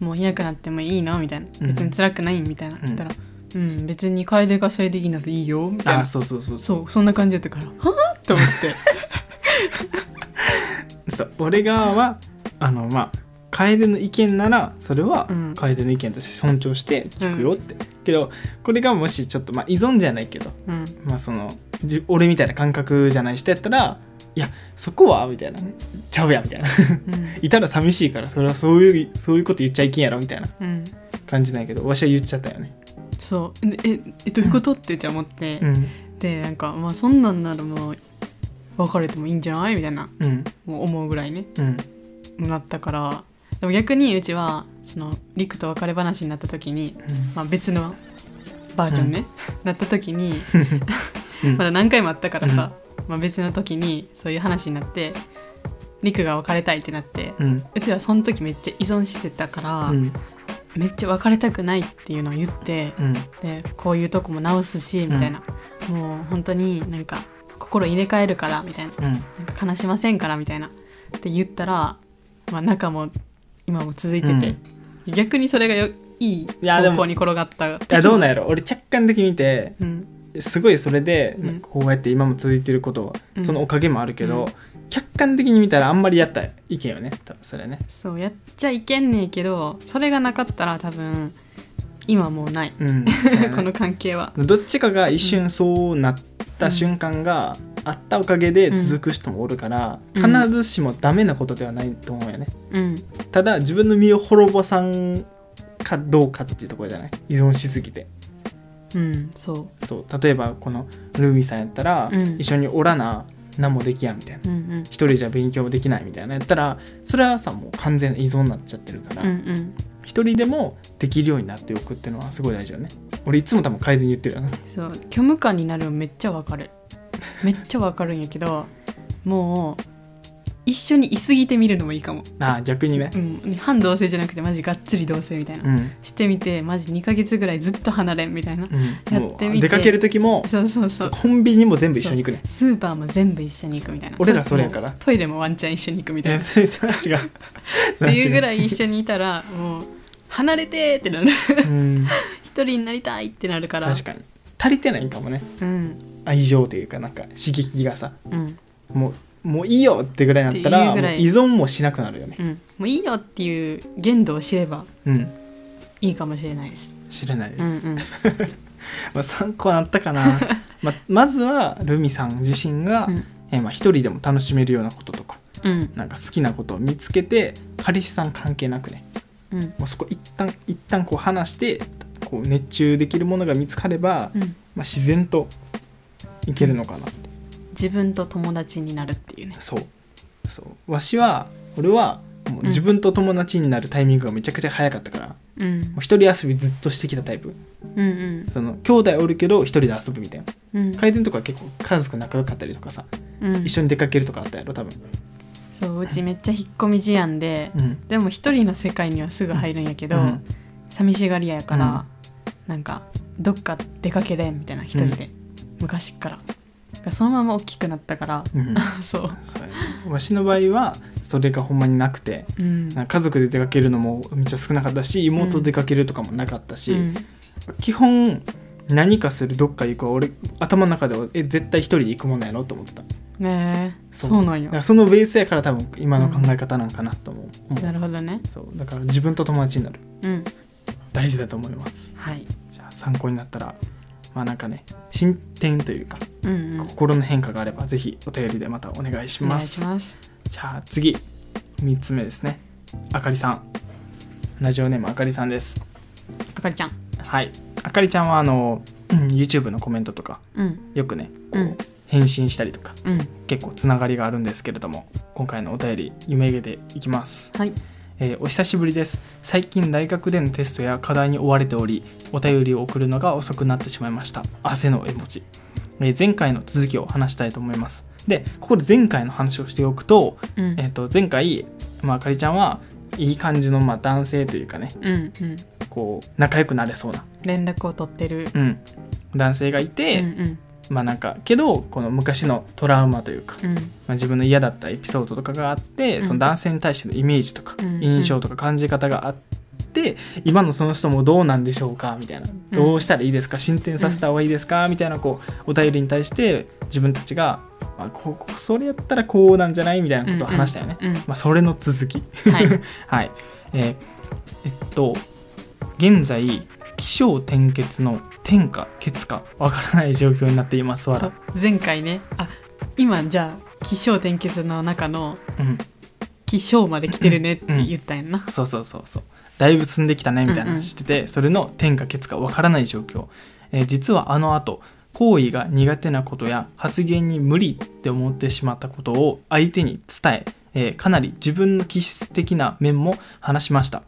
[SPEAKER 2] もういなくなってもいいのみたいな
[SPEAKER 1] うん
[SPEAKER 2] 別に辛くないみたいな、
[SPEAKER 1] ん
[SPEAKER 2] 言ったら「うん別に楓がそれでいいならいいよ」みたい
[SPEAKER 1] あ
[SPEAKER 2] な
[SPEAKER 1] そうそうそうそ
[SPEAKER 2] そうそんな感じだった
[SPEAKER 1] *laughs*
[SPEAKER 2] から「はあ?」と思って
[SPEAKER 1] うそう俺側はあのまあ楓の意見ならそれは
[SPEAKER 2] うん
[SPEAKER 1] 楓の意見として尊重して聞くよって、けどこれがもしちょっとまあ依存じゃないけど、
[SPEAKER 2] うん
[SPEAKER 1] まあ、そのじ俺みたいな感覚じゃない人やったらいやそこはみたいなちゃうやみたいな *laughs*
[SPEAKER 2] うん
[SPEAKER 1] いたら寂しいからそれはそういうそういうこと言っちゃいけんやろみたいな
[SPEAKER 2] うん
[SPEAKER 1] 感じなんやけどわしは言っちゃったよね。
[SPEAKER 2] そうええどういうことってじゃあ思って、
[SPEAKER 1] うん
[SPEAKER 2] でなんかまあそんなんならもう別れてもいいんじゃないみたいな
[SPEAKER 1] うん
[SPEAKER 2] もう思うぐらいね
[SPEAKER 1] うん
[SPEAKER 2] なったからでも逆にうちはその陸と別れ話になった時に、まあ、別のバージョンね、なった時に
[SPEAKER 1] *laughs* うん
[SPEAKER 2] *laughs* まだ何回もあったからさ、まあ、別の時にそういう話になって陸が別れたいってなって、
[SPEAKER 1] うんうん
[SPEAKER 2] うちはその時めっちゃ依存してたから、
[SPEAKER 1] うん
[SPEAKER 2] めっちゃ別れたくないっていうのを言って
[SPEAKER 1] うん
[SPEAKER 2] でこういうとこも直すしみたいな、もう本当になんか心入れ替えるからみたいな
[SPEAKER 1] うん
[SPEAKER 2] なんか悲しませんからみたいなって言ったら、まあ、仲も今も続いてて、逆にそれがよいい
[SPEAKER 1] やでも
[SPEAKER 2] 方向に転がった
[SPEAKER 1] いやどうなんやろ俺客観的に見て
[SPEAKER 2] うん
[SPEAKER 1] すごいそれで、
[SPEAKER 2] うん
[SPEAKER 1] こうやって今も続いてることは、
[SPEAKER 2] うん
[SPEAKER 1] そのおかげもあるけど、
[SPEAKER 2] うん
[SPEAKER 1] 客観的に見たらあんまりやった意見よね多分それね
[SPEAKER 2] そうやっちゃいけんねんけどそれがなかったら多分今はもうない、
[SPEAKER 1] *laughs* うんそうやね
[SPEAKER 2] *laughs* この関係は
[SPEAKER 1] どっちかが一瞬そうなった瞬間があったおかげで続く人もおるから、
[SPEAKER 2] うん
[SPEAKER 1] 必ずしもダメなことではないと思うよね
[SPEAKER 2] うん
[SPEAKER 1] ただ自分の身を滅ぼさんかどうかっていうところじゃない依存しすぎて
[SPEAKER 2] うんそ
[SPEAKER 1] そう例えばこのルミさんやったら、
[SPEAKER 2] うん
[SPEAKER 1] 一緒におらな何もできやんみたいな
[SPEAKER 2] ううん
[SPEAKER 1] 一人じゃ勉強もできないみたいなやったらそれはさもう完全な依存になっちゃってるか
[SPEAKER 2] う
[SPEAKER 1] ら
[SPEAKER 2] んうんうん
[SPEAKER 1] 一、人でもできるようになっておくっていうのはすごい大事よね俺いつも多分楓に言ってるよ *laughs* な
[SPEAKER 2] そう虚無感になるのめっちゃわかるめっちゃわかるんやけどもう一緒にいすぎてみるのもいいかも、
[SPEAKER 1] あー逆にね
[SPEAKER 2] うん、反同性じゃなくてマジがっつり同性みたいな、
[SPEAKER 1] うん、
[SPEAKER 2] してみてマジ2ヶ月ぐらいずっと離れんみたいな、
[SPEAKER 1] うん、も
[SPEAKER 2] やってみ
[SPEAKER 1] う出
[SPEAKER 2] て
[SPEAKER 1] かける時も
[SPEAKER 2] そうそうそう
[SPEAKER 1] コンビニも全部一緒に行くね
[SPEAKER 2] スーパーも全部一緒に行くみたいな
[SPEAKER 1] 俺らそれやから
[SPEAKER 2] トイレもワンチャン一緒に行くみ
[SPEAKER 1] い
[SPEAKER 2] たい
[SPEAKER 1] や
[SPEAKER 2] なっ
[SPEAKER 1] それそれは違
[SPEAKER 2] *laughs*
[SPEAKER 1] う
[SPEAKER 2] ていうぐらい
[SPEAKER 1] 違
[SPEAKER 2] 一緒にいたらもう離れてーっ
[SPEAKER 1] *laughs*
[SPEAKER 2] てなる
[SPEAKER 1] うん
[SPEAKER 2] 一人になりたいってなるから
[SPEAKER 1] 確かに足りてないんかもね
[SPEAKER 2] うん
[SPEAKER 1] 愛情というかなんか刺激がさ
[SPEAKER 2] うん
[SPEAKER 1] もうもういいよってぐらいになった
[SPEAKER 2] ってい
[SPEAKER 1] ら
[SPEAKER 2] うぐらい
[SPEAKER 1] もう依存もしなくなるよね
[SPEAKER 2] うんもういいよっていう限度を知れば
[SPEAKER 1] うん
[SPEAKER 2] いいかもしれないです
[SPEAKER 1] 知らないです、
[SPEAKER 2] うんうん
[SPEAKER 1] まあ、参考になったか
[SPEAKER 2] *laughs*
[SPEAKER 1] な、まあ、まずはルミさん自身が、
[SPEAKER 2] うん
[SPEAKER 1] えーまあ、一人でも楽しめるようなこととか
[SPEAKER 2] うん
[SPEAKER 1] なんか好きなことを見つけて彼氏さん関係なくね
[SPEAKER 2] うん
[SPEAKER 1] もうそこ一旦一旦こう話してこう熱中できるものが見つかれば、
[SPEAKER 2] うん
[SPEAKER 1] まあ、自然といけるのかな、
[SPEAKER 2] 自分と友達になるっていうね
[SPEAKER 1] そうそうわしは俺はもう自分と友達になるタイミングがめちゃくちゃ早かったから、も
[SPEAKER 2] うん
[SPEAKER 1] う一人遊びずっとしてきたタイプ
[SPEAKER 2] うん
[SPEAKER 1] その兄弟おるけど一人で遊ぶみたいな
[SPEAKER 2] うん
[SPEAKER 1] 回転とか結構家族仲良かったりとかさ
[SPEAKER 2] うん
[SPEAKER 1] 一緒に出かけるとかあったやろ多分
[SPEAKER 2] そううちめっちゃ引っ込み思案で
[SPEAKER 1] うん
[SPEAKER 2] でも一人の世界にはすぐ入るんやけど、
[SPEAKER 1] うん
[SPEAKER 2] 寂しがり屋やから、なんかどっか出かけれんみたいな一人で、昔っからだからそのまま大きくなったから、
[SPEAKER 1] うん
[SPEAKER 2] そう、
[SPEAKER 1] そうやねわしの場合はそれがほんまになくて
[SPEAKER 2] うん、
[SPEAKER 1] なんか家族で出かけるのもめっちゃ少なかったし妹と出かけるとかもなかったし、
[SPEAKER 2] うん
[SPEAKER 1] 基本何かするどっか行くは俺頭の中ではえ絶対一人で行くもんなんやろと思ってた
[SPEAKER 2] ねえ
[SPEAKER 1] そ
[SPEAKER 2] そううなん
[SPEAKER 1] だから
[SPEAKER 2] よ
[SPEAKER 1] そのベースやから多分今の考え方なんかなと思う,思う、
[SPEAKER 2] なるほどね
[SPEAKER 1] そうだから自分と友達になる
[SPEAKER 2] うん
[SPEAKER 1] 大事だと思います
[SPEAKER 2] はい
[SPEAKER 1] じゃあ参考になったらまあなんかね進展というか
[SPEAKER 2] うんうん
[SPEAKER 1] 心の変化があればぜひお便りでまたお願いし
[SPEAKER 2] お願
[SPEAKER 1] ま
[SPEAKER 2] い
[SPEAKER 1] す
[SPEAKER 2] します
[SPEAKER 1] じゃあ次3つ目ですねあかりさんラジオネームあかりさんです
[SPEAKER 2] あかりちゃん
[SPEAKER 1] はいあかりちゃんはあのうん YouTube のコメントとか
[SPEAKER 2] うん
[SPEAKER 1] よくねこう、
[SPEAKER 2] うん
[SPEAKER 1] 返信したりとか
[SPEAKER 2] うん
[SPEAKER 1] 結構つながりがあるんですけれども今回のお便り夢上げていきます、
[SPEAKER 2] はい
[SPEAKER 1] えーお久しぶりです最近大学でのテストや課題に追われておりお便りを送るのが遅くなってしまいました汗の絵文字、えー前回の続きを話したいと思いますでここで前回の話をしておくと
[SPEAKER 2] うん
[SPEAKER 1] えっと前回、まああかりちゃんはいい感じのまあ男性というかね
[SPEAKER 2] うんうん
[SPEAKER 1] こう仲良くなれそうな、
[SPEAKER 2] 連絡を取ってる
[SPEAKER 1] うん、男性がいて、
[SPEAKER 2] うん
[SPEAKER 1] まあなんかけどこの昔のトラウマというか、
[SPEAKER 2] うん
[SPEAKER 1] まあ、自分の嫌だったエピソードとかがあって、
[SPEAKER 2] うん
[SPEAKER 1] その男性に対してのイメージとか
[SPEAKER 2] うん
[SPEAKER 1] 印象とか感じ方があって、今のその人もどうなんでしょうかみたいな、どうしたらいいですか進展させた方がいいですかみたいなこうお便りに対して自分たちが、まあ、こうそれやったらこうなんじゃないみたいなことを話したよね。
[SPEAKER 2] うん
[SPEAKER 1] まあ、それの続き
[SPEAKER 2] *laughs* はい
[SPEAKER 1] はい、えーえっと現在起承転結の天か結かわからない状況になっていますわ
[SPEAKER 2] そ
[SPEAKER 1] ら
[SPEAKER 2] う、前回ねあ今じゃあ起承転結の中の
[SPEAKER 1] うん、
[SPEAKER 2] 起承まで来てるねって言ったやんな、
[SPEAKER 1] *laughs* そうそうそうそうだいぶ積んできたねみたいな話してて、それの天か結かわからない状況、えー実はあのあと行為が苦手なことや発言に無理って思ってしまったことを相手に伝ええーかなり自分の気質的な面も話しました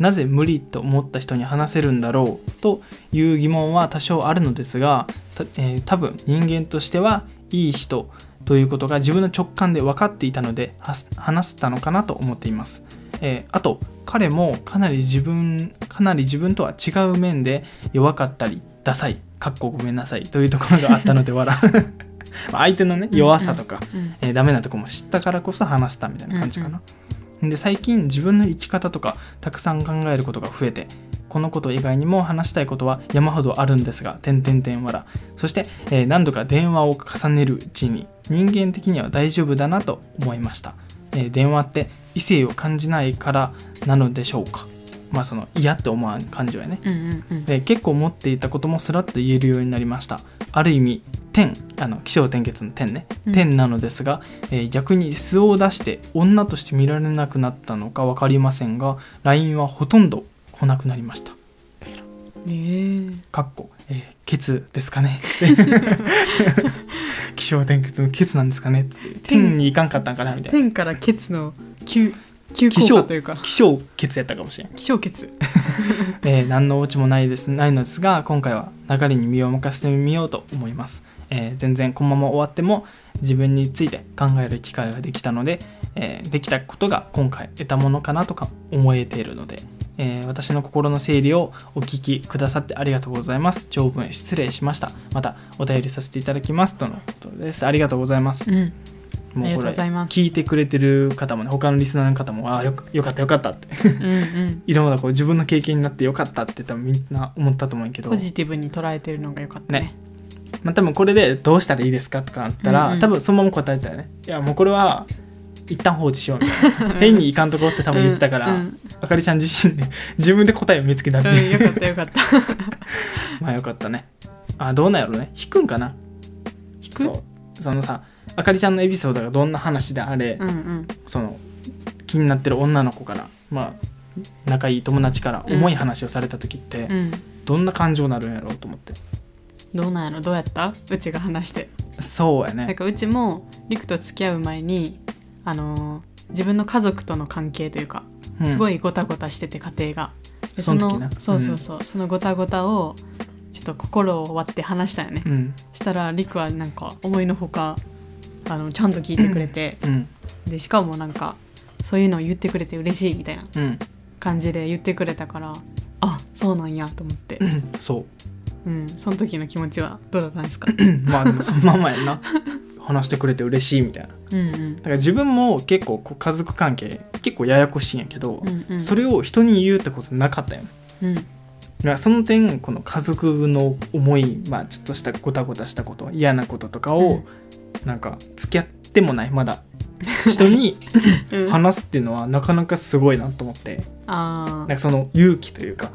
[SPEAKER 1] なぜ無理と思った人に話せるんだろうという疑問は多少あるのですが、たえー多分人間としてはいい人ということが自分の直感で分かっていたのではす話せたのかなと思っています、えーあと彼もかなり自分かなり自分とは違う面で弱かったりダサいかっこごめんなさいというところがあったので笑う *laughs* まあ相手のね弱さとか、
[SPEAKER 2] うん
[SPEAKER 1] えーダメなとこも知ったからこそ話せたみたいな感じかな。で最近自分の生き方とかたくさん考えることが増えてこのこと以外にも話したいことは山ほどあるんですが点点点わらそして、えー何度か電話を重ねるうちに人間的には大丈夫だなと思いました、えー電話って異性を感じないからなのでしょうかまあその嫌って思わん感情やね
[SPEAKER 2] うんうんうん
[SPEAKER 1] で結構持っていたこともすらっと言えるようになりましたある意味天あの気象転結の天ね、
[SPEAKER 2] うん
[SPEAKER 1] 天なのですが、えー逆に素を出して女として見られなくなったのか分かりませんが LINE はほとんど来なくなりました
[SPEAKER 2] ね
[SPEAKER 1] かっこ、えーケツですか
[SPEAKER 2] *laughs*
[SPEAKER 1] ね *laughs* 気象転結のケツなんですかねつって天に行かんかったんかなみ
[SPEAKER 2] え
[SPEAKER 1] たいな
[SPEAKER 2] 天からケツの急急降下というか
[SPEAKER 1] 気象ケツやったかもしれん
[SPEAKER 2] 気象ケツ
[SPEAKER 1] えー何のオチもないですないのですが今回は流れに身を任せてみようと思います、えー全然このまま終わっても自分について考える機会ができたので、えーできたことが今回得たものかなとか思えているので、えー私の心の整理をお聞きくださってありがとうございます長文失礼しましたまたお便りさせていただきますとのことですありがとうございます
[SPEAKER 2] うん
[SPEAKER 1] も
[SPEAKER 2] あり
[SPEAKER 1] う
[SPEAKER 2] が
[SPEAKER 1] こと
[SPEAKER 2] う
[SPEAKER 1] れ
[SPEAKER 2] ございます
[SPEAKER 1] 聞いてくれてる方もね他のリスナーの方もああよかよかったよかったって
[SPEAKER 2] うんうん
[SPEAKER 1] いろんなこう自分の経験になってよかったって多分みんな思ったと思うんやけど
[SPEAKER 2] ポ、ジティブに捉えてるのが良かったね
[SPEAKER 1] まあ、多分これでどうしたらいいですかとかあったら、
[SPEAKER 2] うんうん
[SPEAKER 1] 多分そのまま答えたらねいやもうこれは一旦放置しようみたいな変にいかんとこって多分言ってたから、
[SPEAKER 2] うんうん
[SPEAKER 1] あかりちゃん自身で自分で答えを見つけたんで、
[SPEAKER 2] うん、よかったよかった
[SPEAKER 1] *laughs* まあよかったねあどうなんやろうね引くんかな
[SPEAKER 2] 引く
[SPEAKER 1] そうそのさあかりちゃんのエピソードがどんな話であれ、
[SPEAKER 2] うん *laughs* うん
[SPEAKER 1] その気になってる女の子からまあ仲いい友達から重い話をされた時って、
[SPEAKER 2] うん
[SPEAKER 1] どんな感情になるんやろうと思って
[SPEAKER 2] どうなんやろどうやったうちが話して
[SPEAKER 1] そうやね
[SPEAKER 2] なんかうちもりくと付き合う前にあのー自分の家族との関係というか、
[SPEAKER 1] うん
[SPEAKER 2] すごいごたごたしてて家庭がで
[SPEAKER 1] その時な
[SPEAKER 2] そうそうそう、そのごたごたをちょっと心を割って話したよね、
[SPEAKER 1] うん
[SPEAKER 2] したらりくはなんか思いのほかあのちゃんと聞いてくれて
[SPEAKER 1] うん
[SPEAKER 2] でしかもなんかそういうのを言ってくれて嬉しいみたいな
[SPEAKER 1] うん
[SPEAKER 2] 感じで言ってくれたからあそうなんやと思って、
[SPEAKER 1] そう
[SPEAKER 2] うん、その時の気持ちはどうだったんですか
[SPEAKER 1] まあでもそのままやんな話してくれて嬉しいみたいなだ
[SPEAKER 2] うんうん
[SPEAKER 1] から自分も結構こう家族関係結構ややこしいんやけど
[SPEAKER 2] う、んうん
[SPEAKER 1] それを人に言うってことなかったよね
[SPEAKER 2] うん
[SPEAKER 1] だからその点この家族の思いまあちょっとしたごたごたしたこと嫌なこととか
[SPEAKER 2] う
[SPEAKER 1] を
[SPEAKER 2] ん
[SPEAKER 1] なんか付き合ってもないまだ人に
[SPEAKER 2] うん
[SPEAKER 1] 話すっていうのはなかなかすごいなと思ってな
[SPEAKER 2] あ
[SPEAKER 1] んかその勇気というか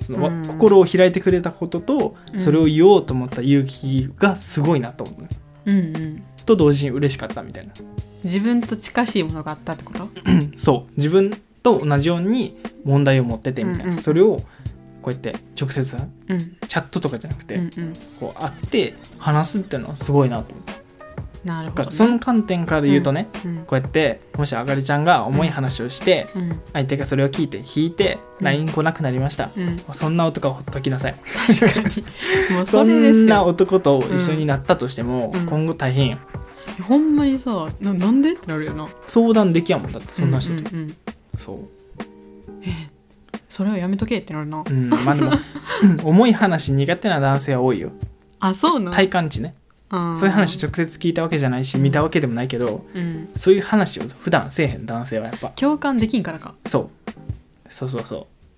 [SPEAKER 1] その、わ
[SPEAKER 2] うん
[SPEAKER 1] 心を開いてくれたことと
[SPEAKER 2] うん
[SPEAKER 1] それを言おうと思った勇気がすごいなと思う、
[SPEAKER 2] ーうんうん
[SPEAKER 1] と同時に嬉しかったみたいな
[SPEAKER 2] 自分と近しいものがあったってこと
[SPEAKER 1] そう自分と同じように問題を持っててみたいな、
[SPEAKER 2] うんうん
[SPEAKER 1] それをこうやって直接
[SPEAKER 2] うん
[SPEAKER 1] チャットとかじゃなくて、
[SPEAKER 2] うんうん
[SPEAKER 1] こう会って話すっていうのはすごいなと思っただ
[SPEAKER 2] なるほ
[SPEAKER 1] か
[SPEAKER 2] ど、ね
[SPEAKER 1] ら、その観点から言うとね、
[SPEAKER 2] うん
[SPEAKER 1] こうやってもしあかりちゃんが重い話をして、
[SPEAKER 2] うん
[SPEAKER 1] 相手がそれを聞いて引いて
[SPEAKER 2] うん
[SPEAKER 1] LINE 来なくなりました、
[SPEAKER 2] うん
[SPEAKER 1] そんな男はほっときなさい
[SPEAKER 2] 確かにもう
[SPEAKER 1] そ
[SPEAKER 2] それで
[SPEAKER 1] ん
[SPEAKER 2] す
[SPEAKER 1] な
[SPEAKER 2] よ
[SPEAKER 1] 男と一緒になったとしても、
[SPEAKER 2] うん
[SPEAKER 1] 今後大変やん
[SPEAKER 2] ほんまにさななんでってなるよな
[SPEAKER 1] 相談できやんもんだってそんな人
[SPEAKER 2] う
[SPEAKER 1] と、
[SPEAKER 2] んうんうん
[SPEAKER 1] そう
[SPEAKER 2] それをやめとけってなるな、
[SPEAKER 1] うんまあでも *laughs* うん重い話苦手な男性は多いよ
[SPEAKER 2] あそうな
[SPEAKER 1] 体感値ね
[SPEAKER 2] あー
[SPEAKER 1] そういう話を直接聞いたわけじゃないし見たわけでもないけど
[SPEAKER 2] うん
[SPEAKER 1] そういう話を普段せえへん男性はやっぱ
[SPEAKER 2] 共感できんからか
[SPEAKER 1] そうそうそうそ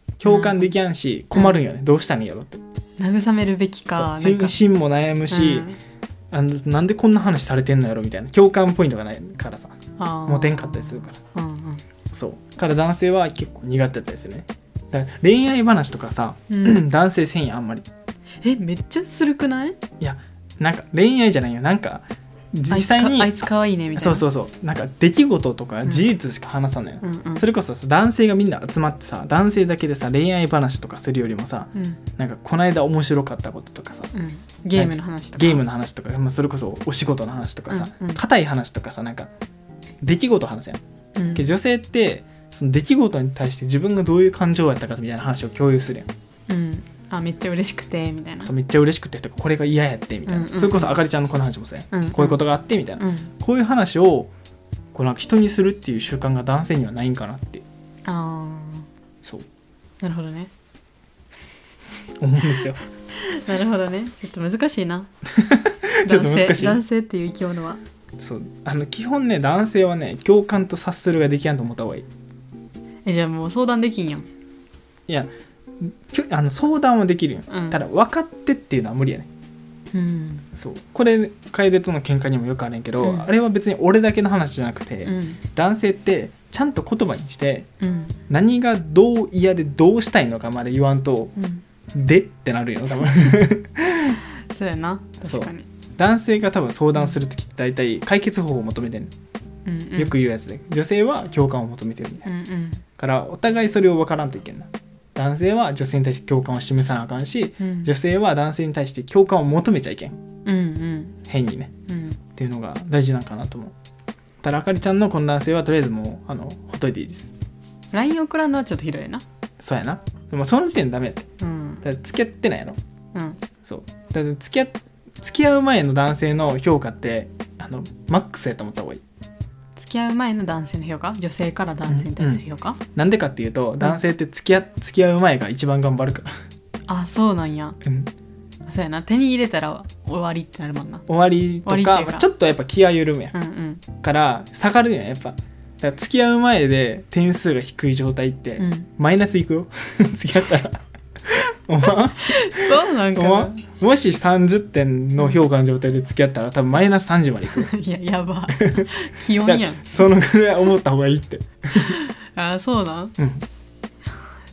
[SPEAKER 1] う共感できやんし困るんよね、どうしたらいいんやろって
[SPEAKER 2] 慰めるべき
[SPEAKER 1] そ
[SPEAKER 2] か
[SPEAKER 1] う
[SPEAKER 2] なん
[SPEAKER 1] 返
[SPEAKER 2] か
[SPEAKER 1] 信も悩むし、
[SPEAKER 2] うん
[SPEAKER 1] あのなんでこんな話されてんのやろみたいな共感ポイントがないからさ
[SPEAKER 2] あー
[SPEAKER 1] モテんかったりするから
[SPEAKER 2] うんうん
[SPEAKER 1] そうから男性は結構苦手だったりするねだから恋愛話とかさ、
[SPEAKER 2] うん
[SPEAKER 1] *clears throat* 男性繊維あんまり
[SPEAKER 2] えめっちゃするくない
[SPEAKER 1] いやなんか恋愛じゃないよなんか実際に
[SPEAKER 2] あいつかあいつ可愛いねみたいな
[SPEAKER 1] そうそうそうなんか出来事とか
[SPEAKER 2] うん
[SPEAKER 1] 事実しか話さないの、
[SPEAKER 2] うんうん
[SPEAKER 1] それこそさ男性がみんな集まってさ男性だけでさ恋愛話とかするよりもさ
[SPEAKER 2] うん
[SPEAKER 1] なんかこの間面白かったこととかさ
[SPEAKER 2] うん、ゲームの話とか
[SPEAKER 1] ゲームの話とか、まあ、それこそお仕事の話とかさ
[SPEAKER 2] うんうん
[SPEAKER 1] 硬、い話とかさなんか出来事話せやん
[SPEAKER 2] うん
[SPEAKER 1] けど女性ってその出来事に対して自分がどういう感情やったかみたいな話を共有するやん
[SPEAKER 2] うん、あめっちゃ嬉しくてみたいな
[SPEAKER 1] そうめっちゃ嬉しくてとかこれが嫌やってみたいな、
[SPEAKER 2] うんうん
[SPEAKER 1] それこそあかりちゃんのこの話もそうやん、
[SPEAKER 2] うんうん
[SPEAKER 1] こういうことがあってみたいな、
[SPEAKER 2] うん、
[SPEAKER 1] こういう話をこうなんか人にするっていう習慣が男性にはないんかなって
[SPEAKER 2] あ
[SPEAKER 1] そう
[SPEAKER 2] ーなるほどね
[SPEAKER 1] 思うんですよ
[SPEAKER 2] なるほどねちょっと難しいな
[SPEAKER 1] *laughs* ちょっと難しい
[SPEAKER 2] 男性男性っていう生き物は
[SPEAKER 1] そうあの基本ね男性はね共感と察するができやんと思った方がいい
[SPEAKER 2] えじゃあもう相談できんやん
[SPEAKER 1] いやきょあの相談はできるよ、
[SPEAKER 2] うん
[SPEAKER 1] ただ分かってっていうのは無理やね
[SPEAKER 2] うん
[SPEAKER 1] そうこれ楓との喧嘩にもよくあるんやけど、
[SPEAKER 2] うん
[SPEAKER 1] あれは別に俺だけの話じゃなくて、
[SPEAKER 2] うん
[SPEAKER 1] 男性ってちゃんと言葉にして
[SPEAKER 2] うん
[SPEAKER 1] 何がどう嫌でどうしたいのかまで言わんと
[SPEAKER 2] うん
[SPEAKER 1] でってなるよ
[SPEAKER 2] *laughs*
[SPEAKER 1] 多分
[SPEAKER 2] そうやな
[SPEAKER 1] そう
[SPEAKER 2] 確かに
[SPEAKER 1] 男性が多分相談する時って大体解決方法を求めてる
[SPEAKER 2] うんうん
[SPEAKER 1] よく言うやつで、女性は共感を求めてるみたいな
[SPEAKER 2] うんうん
[SPEAKER 1] からお互いそれを分からんといけんな男性は女性に対して共感を示さなあかんし
[SPEAKER 2] うん
[SPEAKER 1] 女性は男性に対して共感を求めちゃいけん
[SPEAKER 2] うんうん
[SPEAKER 1] 変にね
[SPEAKER 2] うん
[SPEAKER 1] っていうのが大事なんかなと思うただあかりちゃんのこの男性はとりあえずもうあのほっといていいです
[SPEAKER 2] LINE 送らんのはちょっとひどいな
[SPEAKER 1] そうやなでもその時点でダメやって
[SPEAKER 2] うん
[SPEAKER 1] だから付き合ってないやろ
[SPEAKER 2] うん
[SPEAKER 1] そうだから付き合付き合う前の男性の評価ってあのマックスやと思った方がいい
[SPEAKER 2] 付き合う前の男性の評価女性から男性に対する評価、
[SPEAKER 1] なんでかっていうと男性って付き合付き合う前が一番頑張るから *laughs*
[SPEAKER 2] あそうなんや
[SPEAKER 1] うん
[SPEAKER 2] そうやな手に入れたら終わりってなるもんな
[SPEAKER 1] 終わりと
[SPEAKER 2] 終わりってい
[SPEAKER 1] か
[SPEAKER 2] うか
[SPEAKER 1] まあちょっとやっぱ気合緩むやん
[SPEAKER 2] うんうん
[SPEAKER 1] から下がるやんやっぱだから付き合う前で点数が低い状態って、
[SPEAKER 2] うん
[SPEAKER 1] マイナスいくよ *laughs* 付き合った
[SPEAKER 2] *laughs*
[SPEAKER 1] らお前
[SPEAKER 2] そうなんか
[SPEAKER 1] お前
[SPEAKER 2] な
[SPEAKER 1] もし30点の評価の状態で付き合ったら多分マイナス30までいくよ
[SPEAKER 2] *laughs* いややば気温
[SPEAKER 1] だ
[SPEAKER 2] や
[SPEAKER 1] から
[SPEAKER 2] ん
[SPEAKER 1] そのぐらい思った方がいいって
[SPEAKER 2] あそうなん
[SPEAKER 1] うん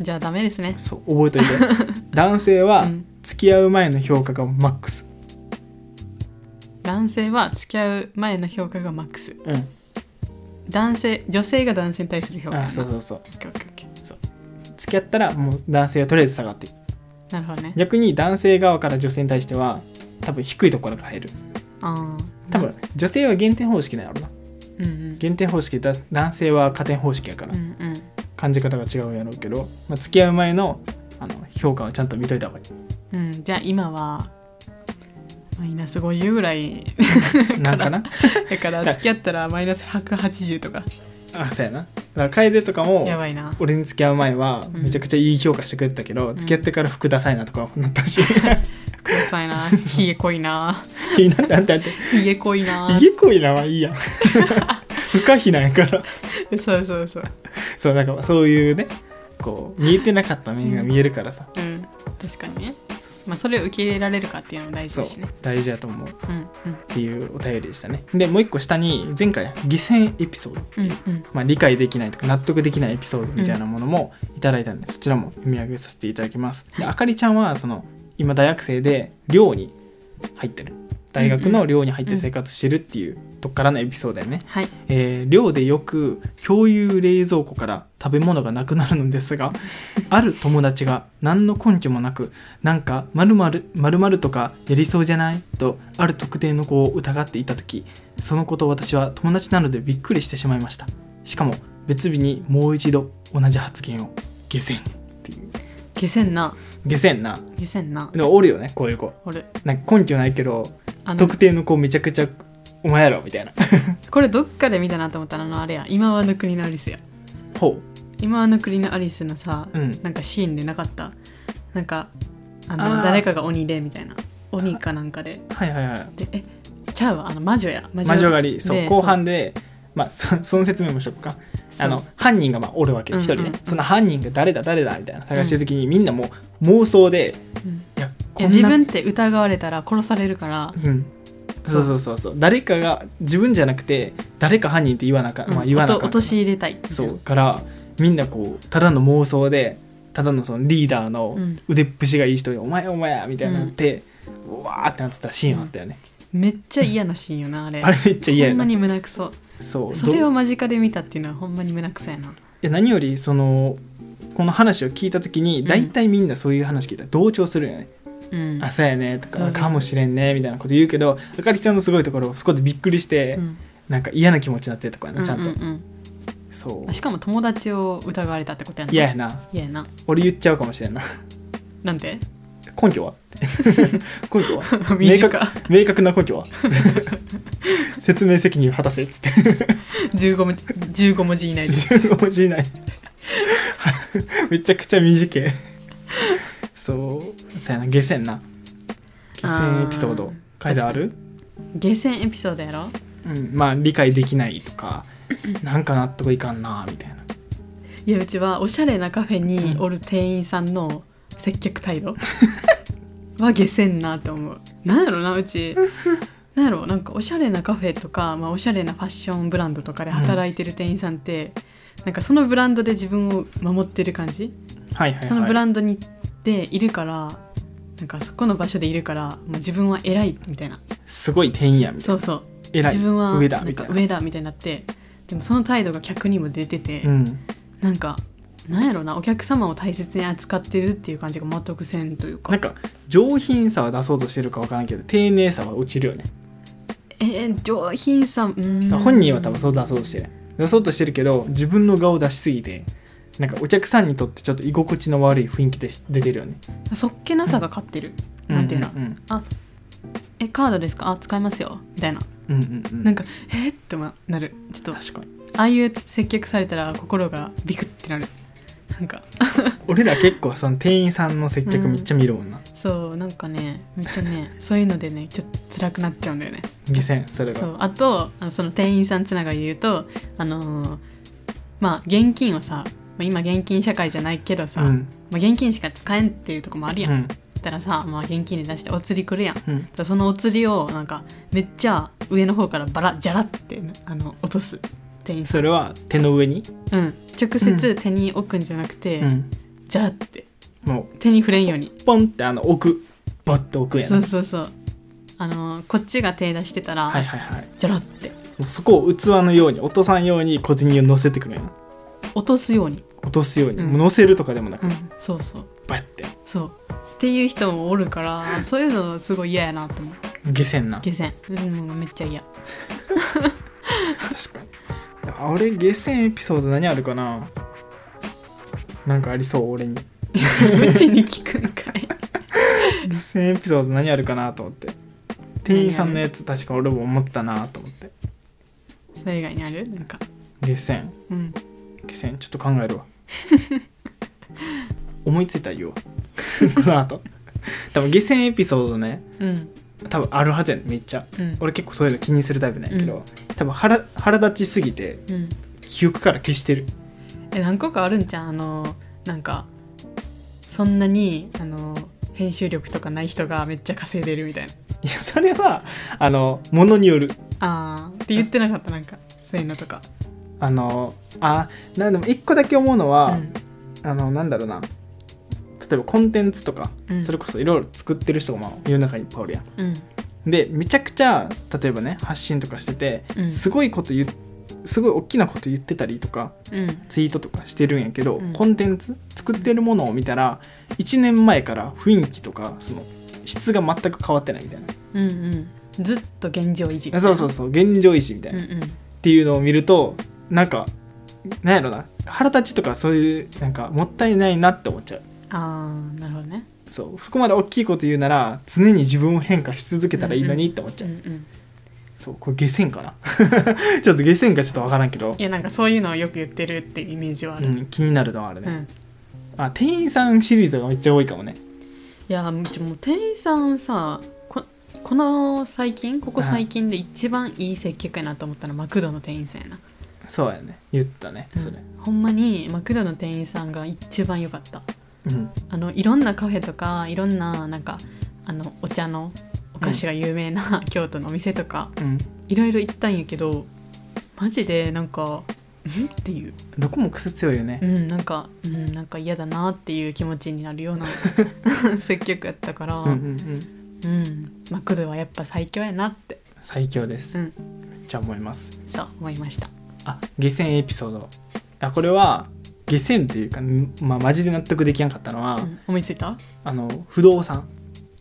[SPEAKER 2] じゃあダメですね
[SPEAKER 1] そう覚えとい
[SPEAKER 2] *laughs*
[SPEAKER 1] て男性
[SPEAKER 2] う
[SPEAKER 1] は
[SPEAKER 2] ん
[SPEAKER 1] 付き合う前の評価がマックス
[SPEAKER 2] 男性は付き合う前の評価がマックス
[SPEAKER 1] うん
[SPEAKER 2] 男性女性が男性に対する評価やな
[SPEAKER 1] あそうそうそう
[SPEAKER 2] オッケーオッケーオッケ
[SPEAKER 1] 付き合ったらもう男性はとりあえず下がっていく
[SPEAKER 2] ーなるほどね
[SPEAKER 1] 逆に男性側から女性に対しては多分低いところから入る
[SPEAKER 2] あー
[SPEAKER 1] 多分女性は減点方式なんやろな
[SPEAKER 2] うんうん
[SPEAKER 1] 減点方式だ男性は加点方式やから、
[SPEAKER 2] うんうん
[SPEAKER 1] 感じ方が違うんやろうけど、まあ、付き合う前のあの評価をちゃんと見といた方がい
[SPEAKER 2] *laughs*
[SPEAKER 1] い
[SPEAKER 2] うん、じゃあ今はマイナス50ぐらい *laughs*
[SPEAKER 1] なんかな
[SPEAKER 2] だから付き合ったらマイナス180とか
[SPEAKER 1] あそうやなだから楓とかも
[SPEAKER 2] やばいな
[SPEAKER 1] 俺に付き合う前は
[SPEAKER 2] うん
[SPEAKER 1] めちゃくちゃいい評価してくれてたけど、付き合ってから服ダサいなとかなったし
[SPEAKER 2] くださいなひげ濃いない
[SPEAKER 1] い *laughs* なってあんたあんた
[SPEAKER 2] ひげ濃いな
[SPEAKER 1] 家恋なはいい
[SPEAKER 2] *laughs*
[SPEAKER 1] やん不可避なんやから
[SPEAKER 2] そうそうそう
[SPEAKER 1] そうなんかそういうねこう見えてなかった面が見えるからさ、
[SPEAKER 2] うん確かにねまあそれを受け入れられるかっていうのも大事
[SPEAKER 1] そう
[SPEAKER 2] だしね
[SPEAKER 1] 大事だと思うっ
[SPEAKER 2] うん
[SPEAKER 1] ていうお便りでしたねでもう一個下に前回「犠牲エピソード」
[SPEAKER 2] うんうんうん
[SPEAKER 1] まあ、理解できないとか納得できないエピソードみたいなものもいただいたので、そちらも読み上げさせていただきます。であかりちゃんはその今大学生で寮に入ってる大学の寮に入って生活してるっていうとこからのエピソードだよね。
[SPEAKER 2] はい
[SPEAKER 1] えー寮でよく共有冷蔵庫から食べ物がなくなるのですが *laughs* ある友達が何の根拠もなくなんか〇〇〇〇とかやりそうじゃないとある特定の子を疑っていた時その子と私は友達なのでびっくりしてしまいましたしかも別日にもう一度同じ発言を下船っていう
[SPEAKER 2] 下船な
[SPEAKER 1] 下船な
[SPEAKER 2] 下船な
[SPEAKER 1] でもおるよねこういう子
[SPEAKER 2] 俺
[SPEAKER 1] なんか根拠ないけど
[SPEAKER 2] あの
[SPEAKER 1] 特定の子めちゃくちゃお前やろみたいな
[SPEAKER 2] これどっかで見たなと思ったのあのあれや今はの国のアリスや
[SPEAKER 1] ほ
[SPEAKER 2] 今はの国のアリスのさ、
[SPEAKER 1] うん
[SPEAKER 2] なんかシーンでなかったなんかあの
[SPEAKER 1] あー
[SPEAKER 2] 誰かが鬼でみたいな鬼かなんかで
[SPEAKER 1] うはいはいはい
[SPEAKER 2] でえちゃうわあの魔女や魔
[SPEAKER 1] 魔女狩りそう
[SPEAKER 2] で
[SPEAKER 1] 後半でまあそ *laughs* その説明もしよっか
[SPEAKER 2] そう
[SPEAKER 1] あの犯人がまあおるわけよ
[SPEAKER 2] うん
[SPEAKER 1] 一人
[SPEAKER 2] う
[SPEAKER 1] ね
[SPEAKER 2] んうん
[SPEAKER 1] その犯人が誰だ誰だみたいな探してる時にみんなもう妄想で
[SPEAKER 2] そううん
[SPEAKER 1] いや
[SPEAKER 2] い
[SPEAKER 1] こ
[SPEAKER 2] や
[SPEAKER 1] んな
[SPEAKER 2] 自分って疑われたら殺されるから
[SPEAKER 1] うんそうそうそうそう誰かが自分じゃなくて誰か犯人って言わなか、まあ
[SPEAKER 2] うん
[SPEAKER 1] 言わな
[SPEAKER 2] お
[SPEAKER 1] か
[SPEAKER 2] と
[SPEAKER 1] った
[SPEAKER 2] 陥れたいみたいな
[SPEAKER 1] そうからみんなこうただの妄想でただのそのリーダーの
[SPEAKER 2] うん
[SPEAKER 1] 腕っぷしがいい人に「お前お前や」みたいになって、うわーってなってたシーンあったよね、
[SPEAKER 2] めっちゃ嫌なシーンよなあれ
[SPEAKER 1] あれめっちゃ嫌
[SPEAKER 2] ほ
[SPEAKER 1] や
[SPEAKER 2] んま
[SPEAKER 1] な
[SPEAKER 2] に胸くそ
[SPEAKER 1] そう
[SPEAKER 2] それ
[SPEAKER 1] ど
[SPEAKER 2] を
[SPEAKER 1] い
[SPEAKER 2] 間近で見たっていうのはほんまに胸くそやな
[SPEAKER 1] や何よりそのこの話を聞いた時に
[SPEAKER 2] ん
[SPEAKER 1] 大体みんなそういう話聞いたら同調するよね
[SPEAKER 2] うん
[SPEAKER 1] あそうやねと
[SPEAKER 2] そう
[SPEAKER 1] か
[SPEAKER 2] そう
[SPEAKER 1] かもしれんねみたいなこと言うけどあかりちゃんのすごいところそこでびっくりして、
[SPEAKER 2] うん
[SPEAKER 1] なんか嫌な気持ちになってるとかやなちゃんと、
[SPEAKER 2] ううん
[SPEAKER 1] そう
[SPEAKER 2] うんしかも友達を疑われたってことやな
[SPEAKER 1] 嫌やな
[SPEAKER 2] 嫌やな
[SPEAKER 1] 俺言っちゃうかもしれんな
[SPEAKER 2] なん
[SPEAKER 1] *laughs*
[SPEAKER 2] で
[SPEAKER 1] 根拠
[SPEAKER 2] *laughs*
[SPEAKER 1] は根拠は明確
[SPEAKER 2] 短
[SPEAKER 1] 明確な根拠は *laughs* 説明責任を果たせっつって
[SPEAKER 2] 15, 文15文字以内で
[SPEAKER 1] 15文字以内めちゃくちゃ短いそうそうやな下船な下船エピソー
[SPEAKER 2] あ
[SPEAKER 1] ド
[SPEAKER 2] ー
[SPEAKER 1] 書いてある
[SPEAKER 2] 下船エピソードやろ
[SPEAKER 1] うんまあ理解できないとかなんか納得いかんなみたいない
[SPEAKER 2] やうちはおしゃれなカフェにおる店員さんの接客態度は下せんなと思うなんやろなうちなんやろなんかおしゃれなカフェとか、まあ、おしゃれなファッションブランドとかで働いてる店員さんって、なんかそのブランドで自分を守ってる感じ、
[SPEAKER 1] はいはいはい
[SPEAKER 2] そのブランドにでいるからなんかそこの場所でいるからもう自分は偉いみたいな
[SPEAKER 1] すごい店員やみたい
[SPEAKER 2] そうそう
[SPEAKER 1] な偉い
[SPEAKER 2] 自分は
[SPEAKER 1] 上だ
[SPEAKER 2] なん
[SPEAKER 1] みた
[SPEAKER 2] か
[SPEAKER 1] いな
[SPEAKER 2] 上だみたいになってでもその態度が客にも出てて、
[SPEAKER 1] うん
[SPEAKER 2] なんかなんやろなお客様を大切に扱ってるっていう感じが全くせんというか
[SPEAKER 1] なんか上品さは出そうとしてるかわからんけど丁寧さは落ちるよね
[SPEAKER 2] えー、上品さうーん
[SPEAKER 1] 本人は多分そう出そうとしてる出そうとしてるけど自分の顔出しすぎてなんかお客さんにとってちょっと居心地の悪い雰囲気で出てるよね
[SPEAKER 2] そっけなさが勝ってる、なんていうの、
[SPEAKER 1] うん
[SPEAKER 2] えカードですかあ使いますよみたいな、
[SPEAKER 1] うんうんうん
[SPEAKER 2] なんかえー、ってなるちょっと
[SPEAKER 1] 確かに
[SPEAKER 2] ああいう接客されたら心がビクってなるなんか
[SPEAKER 1] 俺ら結構その店員さんの接客めっちゃ見るもんな、
[SPEAKER 2] そうなんかねめっちゃねそういうのでねちょっと辛くなっちゃうんだよね
[SPEAKER 1] 下船それが
[SPEAKER 2] そうあとあのその店員さんつながりで言うとあのーまあ現金をさまあ今現金社会じゃないけどさ、
[SPEAKER 1] うん
[SPEAKER 2] まあ、現金しか使えんっていうとこもあるやん、
[SPEAKER 1] う
[SPEAKER 2] だ
[SPEAKER 1] ん
[SPEAKER 2] ったらさ、まあ、現金で出してお釣り来るやんだか
[SPEAKER 1] うん
[SPEAKER 2] らそのお釣りをなんかめっちゃ上の方からバラじゃらってあの落とす店員さ
[SPEAKER 1] そ
[SPEAKER 2] ん、
[SPEAKER 1] れは手の上に、
[SPEAKER 2] うん、直接手に置くんじゃなくて、
[SPEAKER 1] うん、
[SPEAKER 2] じゃらって
[SPEAKER 1] も
[SPEAKER 2] 手に触れんように
[SPEAKER 1] うポンってあの置くバッと置くやん
[SPEAKER 2] そうそうそうあのーこっちが手出してたら、
[SPEAKER 1] はいはいはい
[SPEAKER 2] じゃらって
[SPEAKER 1] もうそこを器のように落とさんように小銭を乗せてくるんやな
[SPEAKER 2] 落とすように、
[SPEAKER 1] 落とすように、
[SPEAKER 2] うん
[SPEAKER 1] もう乗せるとかでもなく、
[SPEAKER 2] うん、そうそう
[SPEAKER 1] バッて
[SPEAKER 2] そうっていう人もおるからそういうのすごい嫌やなと思う
[SPEAKER 1] 下船な
[SPEAKER 2] 下船うんもうめっち
[SPEAKER 1] *laughs*
[SPEAKER 2] ゃ嫌
[SPEAKER 1] 確かにあ俺下船エピソード何あるかななんかありそう俺に
[SPEAKER 2] うちに聞くんかい
[SPEAKER 1] 下船エピソード何あるかなと思って店員さんのやつ確か俺も思ったなと思って
[SPEAKER 2] それ以外にあるなんか
[SPEAKER 1] 下船
[SPEAKER 2] うん
[SPEAKER 1] 下船ちょっと考える
[SPEAKER 2] *laughs*
[SPEAKER 1] わ思いついたら言うわ *laughs* この後多分下船エピソードね
[SPEAKER 2] うん
[SPEAKER 1] 多分あるはずやねめっちゃ
[SPEAKER 2] うん
[SPEAKER 1] 俺結構そういうの気にするタイプなんやけど、
[SPEAKER 2] うん
[SPEAKER 1] 多分腹腹立ちすぎて
[SPEAKER 2] うん
[SPEAKER 1] 記憶から消してる
[SPEAKER 2] え何個かあるんじゃんあのなんかそんなにあの編集力とかない人がめっちゃ稼いでるみたいない
[SPEAKER 1] やそれはあのものによる
[SPEAKER 2] あーって言ってなかったなんかそういうのとか
[SPEAKER 1] あのあなんでも一個だけ思うのは、
[SPEAKER 2] うん
[SPEAKER 1] あのなんだろうな例えばコンテンツとか、
[SPEAKER 2] うん
[SPEAKER 1] それこそいろいろ作ってる人がまあ世の中にいっぱいおるやん。
[SPEAKER 2] うん
[SPEAKER 1] でめちゃくちゃ例えばね発信とかしてて、
[SPEAKER 2] うん
[SPEAKER 1] すごいこと言っすごい大きなこと言ってたりとか
[SPEAKER 2] うん
[SPEAKER 1] ツイートとかしてるんやけど、
[SPEAKER 2] うん
[SPEAKER 1] コンテンツ作ってるものを見たら1年前から雰囲気とかその質が全く変わってないみたいな
[SPEAKER 2] うんうんずっと現状維持
[SPEAKER 1] そうそうそう現状維持みたいな、
[SPEAKER 2] うんうん
[SPEAKER 1] っていうのを見るとなんかなんやろな腹立ちとかそういうなんかもったいないなって思っちゃう
[SPEAKER 2] ああなるほどね
[SPEAKER 1] そうそこまで大きいこと言うなら常に自分を変化し続けたらいいのにって思っちゃ
[SPEAKER 2] うん
[SPEAKER 1] う、
[SPEAKER 2] うん
[SPEAKER 1] そうこれ下船かな *laughs* ちょっと下船かちょっとわからんけど
[SPEAKER 2] い、やなんかそういうのをよく言ってるっていうイメージはあ
[SPEAKER 1] う
[SPEAKER 2] る
[SPEAKER 1] ん、気になるのはある
[SPEAKER 2] う
[SPEAKER 1] ね、
[SPEAKER 2] ん
[SPEAKER 1] あ店員さんシリーズがめっちゃ多いかもね
[SPEAKER 2] いやもうちょもう店員さんさここの最近ここ最近で一番いい接客やなと思ったのはマクドの店員さんやな、
[SPEAKER 1] そうやね言ったねそれ
[SPEAKER 2] うんほんまにマクドの店員さんが一番良かった
[SPEAKER 1] うん
[SPEAKER 2] あのいろんなカフェとかいろんななんかあのお茶のお菓子が有名な、京都のお店とか
[SPEAKER 1] うん
[SPEAKER 2] いろいろ行ったんやけどマジでなんかんっていう
[SPEAKER 1] どこも癖強いよね
[SPEAKER 2] う、んなんかうんなんか嫌だなっていう気持ちになるよう
[SPEAKER 1] *laughs*
[SPEAKER 2] な接客やったから、
[SPEAKER 1] うんうんうん、
[SPEAKER 2] うん、マクドはやっぱ最強やなって、
[SPEAKER 1] 最強です、
[SPEAKER 2] うん
[SPEAKER 1] めっちゃ思います
[SPEAKER 2] そう思いました。
[SPEAKER 1] あ下船エピソードあこれは下船っていうか、んまあ、マジで納得できなかったのは、
[SPEAKER 2] うん思いついた？
[SPEAKER 1] あの不動産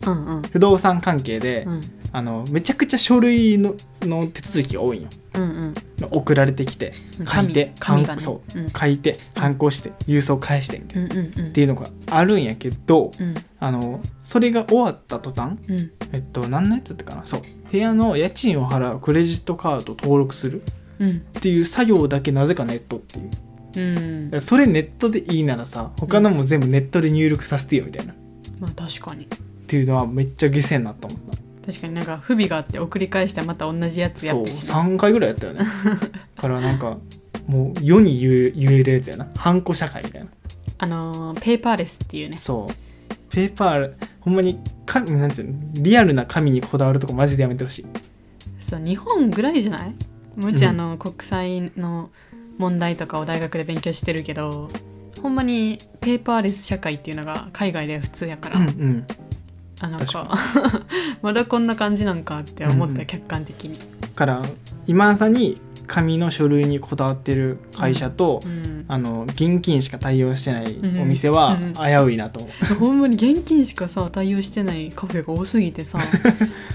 [SPEAKER 2] うんうん
[SPEAKER 1] 不動産関係で、
[SPEAKER 2] うん
[SPEAKER 1] あのめちゃくちゃ書類のの手続きが多いんよ
[SPEAKER 2] うん
[SPEAKER 1] 送られてきて
[SPEAKER 2] うん。
[SPEAKER 1] 書いて
[SPEAKER 2] 紙紙がね。
[SPEAKER 1] そ
[SPEAKER 2] うん
[SPEAKER 1] 書いて反抗して郵送返してみたいな、
[SPEAKER 2] うんうんうん。
[SPEAKER 1] っていうのがあるんやけど
[SPEAKER 2] うん
[SPEAKER 1] あのそれが終わった途端
[SPEAKER 2] うん
[SPEAKER 1] えっと何のやつだったかなそう部屋の家賃を払うクレジットカードを登録する
[SPEAKER 2] うん
[SPEAKER 1] っていう作業だけなぜかネットっていう
[SPEAKER 2] うん
[SPEAKER 1] だから。それネットでいいならさ他のも全部ネットで入力させてよみたいな、っ
[SPEAKER 2] まあ確かに
[SPEAKER 1] ていうのはめっちゃ下世になったもんな
[SPEAKER 2] 確かになんか不備があって送り返してまた同じやつや
[SPEAKER 1] そ
[SPEAKER 2] っ
[SPEAKER 1] う
[SPEAKER 2] てしまう。
[SPEAKER 1] 3回ぐらいやったよね *laughs* だからなんかもう世に言う言えるやつやな反抗社会みたいな
[SPEAKER 2] あのーペーパーレスっていうね。
[SPEAKER 1] そうペーパーほんまにかなんていうのリアルな紙にこだわるとこマジでやめてほしい
[SPEAKER 2] そう日本ぐらいじゃない？もううち
[SPEAKER 1] うん
[SPEAKER 2] あの国際の問題とかを大学で勉強してるけど、ほんまにペーパーレス社会っていうのが海外では普通やから。
[SPEAKER 1] うん
[SPEAKER 2] あなんか
[SPEAKER 1] 確
[SPEAKER 2] *laughs* まだこんな感じなんかって思った、
[SPEAKER 1] うんうん
[SPEAKER 2] 客観的に、
[SPEAKER 1] だから今まさに紙の書類にこだわってる会社と、
[SPEAKER 2] うん、
[SPEAKER 1] あの現金しか対応してない
[SPEAKER 2] んうん
[SPEAKER 1] お店は
[SPEAKER 2] うんうん
[SPEAKER 1] 危ういなと思う、
[SPEAKER 2] ほんまに現金しかさ対応してないカフェが多すぎ
[SPEAKER 1] *laughs*
[SPEAKER 2] てさ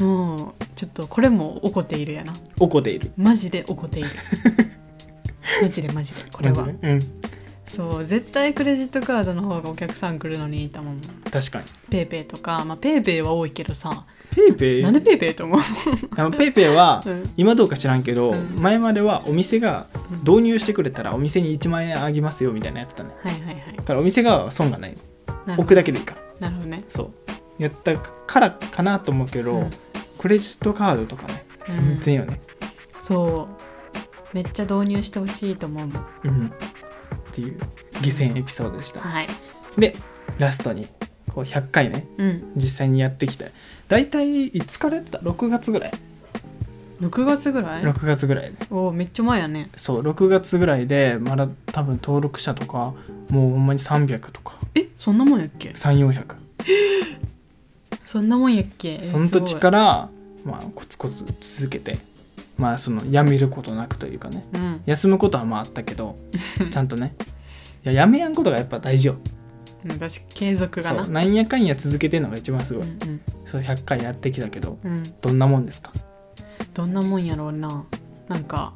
[SPEAKER 2] もうちょっとこれも怒っているやな
[SPEAKER 1] 怒っている
[SPEAKER 2] マジで怒って
[SPEAKER 1] *laughs*
[SPEAKER 2] いるマジでマジでこれは
[SPEAKER 1] マジでうん
[SPEAKER 2] そう絶対クレジットカードの方がお客さん来るのにいいと思う
[SPEAKER 1] 確かに
[SPEAKER 2] ペイペイとか、まあ、ペイペイは多いけどさ
[SPEAKER 1] ペイペイ
[SPEAKER 2] なんでペイペイと思う、
[SPEAKER 1] あのペイペイは、
[SPEAKER 2] *laughs* うん
[SPEAKER 1] 今どうか知らんけど、
[SPEAKER 2] うん
[SPEAKER 1] 前まではお店が
[SPEAKER 2] うん
[SPEAKER 1] 導入してくれたらお店に1万円あげますよみたいなのやってたね
[SPEAKER 2] はいはいはい
[SPEAKER 1] だからお店側は損がない
[SPEAKER 2] なるほ
[SPEAKER 1] 置く
[SPEAKER 2] ど
[SPEAKER 1] だけでいいから
[SPEAKER 2] なるほどね
[SPEAKER 1] そうやったからかなと思うけど、
[SPEAKER 2] うん
[SPEAKER 1] クレジットカードとかね
[SPEAKER 2] うん
[SPEAKER 1] 全然よね
[SPEAKER 2] そうめっちゃ導入してほしいと思うもん
[SPEAKER 1] うん、っていう下船エピソードでした、
[SPEAKER 2] はい
[SPEAKER 1] でラストにこう100回ね
[SPEAKER 2] うん
[SPEAKER 1] 実際にやってきて大体いつからやってた6月ぐらい
[SPEAKER 2] 6月ぐらい
[SPEAKER 1] 6月ぐらいで
[SPEAKER 2] おーめっちゃ前やね
[SPEAKER 1] そう6月ぐらいでまだ多分登録者とかもうほんまに300とか
[SPEAKER 2] えそんなもんやっけ
[SPEAKER 1] 3400
[SPEAKER 2] そんなもんやっけ
[SPEAKER 1] その時
[SPEAKER 2] ら
[SPEAKER 1] からまあコツコツ続けてまあそのやめることなくというかね
[SPEAKER 2] うん
[SPEAKER 1] 休むことはまああったけ
[SPEAKER 2] *laughs*
[SPEAKER 1] どちゃんとねいややめやんことがやっぱ大事よ
[SPEAKER 2] 昔継続が
[SPEAKER 1] そ
[SPEAKER 2] な
[SPEAKER 1] うなんやかんや続けてるのが一番す
[SPEAKER 2] う
[SPEAKER 1] ごい、
[SPEAKER 2] ん
[SPEAKER 1] そう100回やってきたけど
[SPEAKER 2] うんうん
[SPEAKER 1] どんなもんですか
[SPEAKER 2] どんなもんやろうななんか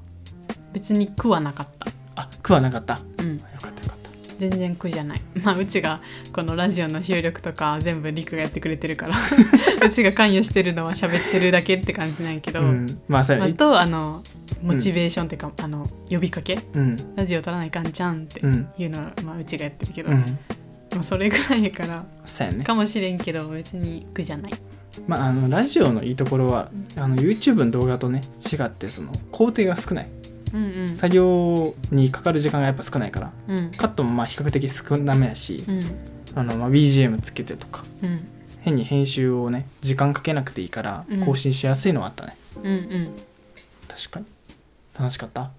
[SPEAKER 2] 別に苦はなかっ
[SPEAKER 1] あ苦はなかった
[SPEAKER 2] たうん
[SPEAKER 1] よかったよかった
[SPEAKER 2] 全然苦じゃない *laughs* まあうちがこのラジオの収録とか全部リクがやってくれてるから *laughs* うちが関与してるのは喋ってるだけって感じなんやけど、
[SPEAKER 1] うん、まあそれ、
[SPEAKER 2] あとあのモチベーションっていうか、あの呼びかけ
[SPEAKER 1] うん
[SPEAKER 2] ラジオ撮らないかんじゃんって
[SPEAKER 1] うん
[SPEAKER 2] いうのは、まあ、うちがやってるけど、
[SPEAKER 1] う
[SPEAKER 2] も
[SPEAKER 1] ん
[SPEAKER 2] うそれぐらいやから
[SPEAKER 1] そうやね
[SPEAKER 2] かもしれんけど別に苦じゃない
[SPEAKER 1] まああのラジオのいいところはあの YouTube の動画とね違ってその工程が少ない
[SPEAKER 2] うんうん
[SPEAKER 1] 作業にかかる時間がやっぱ少ないから
[SPEAKER 2] うん
[SPEAKER 1] カットもまあ比較的少なめやし
[SPEAKER 2] うん
[SPEAKER 1] あのまあ BGM つけてとか
[SPEAKER 2] うん
[SPEAKER 1] 変に編集をね時間かけなくていいから
[SPEAKER 2] うん
[SPEAKER 1] 更新しやすいのはあったね、
[SPEAKER 2] うんうん
[SPEAKER 1] 確かに楽しか
[SPEAKER 2] *laughs*
[SPEAKER 1] った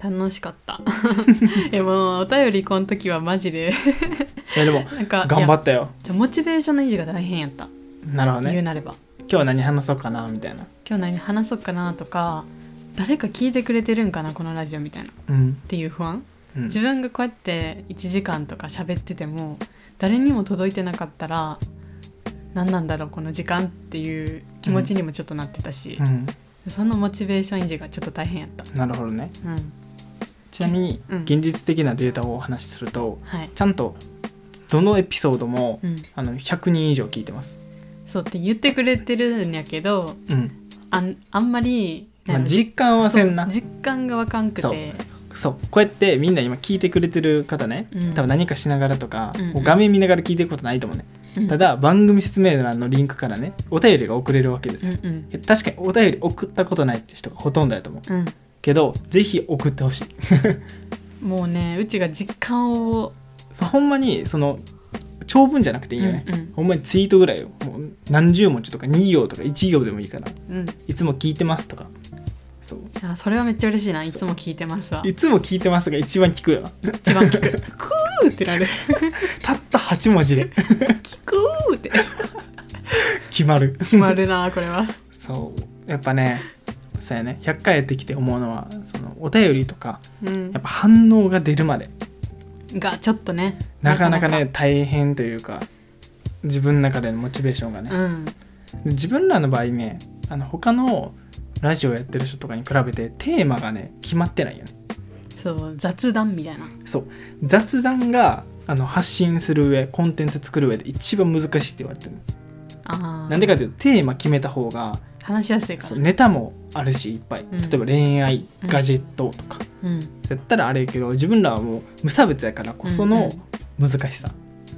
[SPEAKER 2] 楽しかった
[SPEAKER 1] *laughs*
[SPEAKER 2] いやもうお便りこの時はマジで
[SPEAKER 1] いやでも
[SPEAKER 2] なんか
[SPEAKER 1] 頑張
[SPEAKER 2] っ
[SPEAKER 1] ったよ
[SPEAKER 2] じゃあモチベーションの維持が大変やった、
[SPEAKER 1] なるほど
[SPEAKER 2] 言う
[SPEAKER 1] ね
[SPEAKER 2] なれば
[SPEAKER 1] 今日は何話そうかなみたいな
[SPEAKER 2] 今日何話そうかなとか誰か聞いてくれてるんかなこのラジオみたいなっ
[SPEAKER 1] うん、
[SPEAKER 2] ていう不安
[SPEAKER 1] うん、
[SPEAKER 2] 自分がこうやって1時間とか喋ってても誰にも届いてなかったら何なんだろうこの時間っていう気持ちにもちょっとなってたし、そのモチベーション維持がちょっと大変やった
[SPEAKER 1] うん、なるほどね
[SPEAKER 2] うん
[SPEAKER 1] ちなみに
[SPEAKER 2] うん
[SPEAKER 1] 現実的なデータをお話しすると
[SPEAKER 2] はい、
[SPEAKER 1] ちゃんとどのエピソードも
[SPEAKER 2] うん、
[SPEAKER 1] あの100人以上聞いてます、
[SPEAKER 2] そうって言ってくれてるんやけど
[SPEAKER 1] うん
[SPEAKER 2] あんあんまり、
[SPEAKER 1] まあ、
[SPEAKER 2] なんやろ
[SPEAKER 1] 実感はせんな
[SPEAKER 2] そう実感がわかんく
[SPEAKER 1] そう
[SPEAKER 2] て
[SPEAKER 1] そうこうやってみんな今聞いてくれてる方ね、
[SPEAKER 2] うん
[SPEAKER 1] 多分何かしながらとか、
[SPEAKER 2] うんうん
[SPEAKER 1] もう画面見ながら聞いてることないと思うね、
[SPEAKER 2] うん
[SPEAKER 1] ただ番組説明欄のリンクからねお便りが送れるわけです
[SPEAKER 2] うん
[SPEAKER 1] よ、
[SPEAKER 2] うん
[SPEAKER 1] 確かにお便り送ったことないって人がほとんどやと思う
[SPEAKER 2] うん
[SPEAKER 1] けどぜひ送ってほしい
[SPEAKER 2] もうねうちが実感を
[SPEAKER 1] そうほんまにその長文じゃなくていいよね、
[SPEAKER 2] うんうん
[SPEAKER 1] ほんまにツイートぐらいよもう何十文字とか2行とか1行でもいいから
[SPEAKER 2] うん
[SPEAKER 1] いつも聞いてますとかそう
[SPEAKER 2] あそれはめっちゃ嬉しいないつも聞いてますわ
[SPEAKER 1] いつも聞いてますが一番聞くよな
[SPEAKER 2] 一番聞くクーってなる
[SPEAKER 1] たった8文字で
[SPEAKER 2] 聞くーって
[SPEAKER 1] 決まる
[SPEAKER 2] 決まるなこれは
[SPEAKER 1] *laughs* そうやっぱねそうやね100回やってきて思うのはそのお便りとか
[SPEAKER 2] うん
[SPEAKER 1] やっぱ反応が出るまで
[SPEAKER 2] がちょっとね
[SPEAKER 1] なかなかね大変というか自分の中でのモチベーションがね
[SPEAKER 2] なか、うん
[SPEAKER 1] で自分らの場合ねあの他のラジオやってる人とかに比べてテーマがね決まってないよね
[SPEAKER 2] そう雑談みたいな
[SPEAKER 1] そう雑談があの発信する上コンテンツ作る上で一番難しいって言われてる
[SPEAKER 2] あー
[SPEAKER 1] なんでかというとテーマ決めた方が
[SPEAKER 2] 話しやすいか
[SPEAKER 1] そ
[SPEAKER 2] ら
[SPEAKER 1] う
[SPEAKER 2] ね
[SPEAKER 1] ネタもあるしいっぱい、
[SPEAKER 2] ん
[SPEAKER 1] 例えば恋愛
[SPEAKER 2] うん
[SPEAKER 1] ガジェットとか、
[SPEAKER 2] うん
[SPEAKER 1] そうやったらあれやけど自分らはもう無差別やからこそ
[SPEAKER 2] う
[SPEAKER 1] の
[SPEAKER 2] んうん
[SPEAKER 1] 難しさ、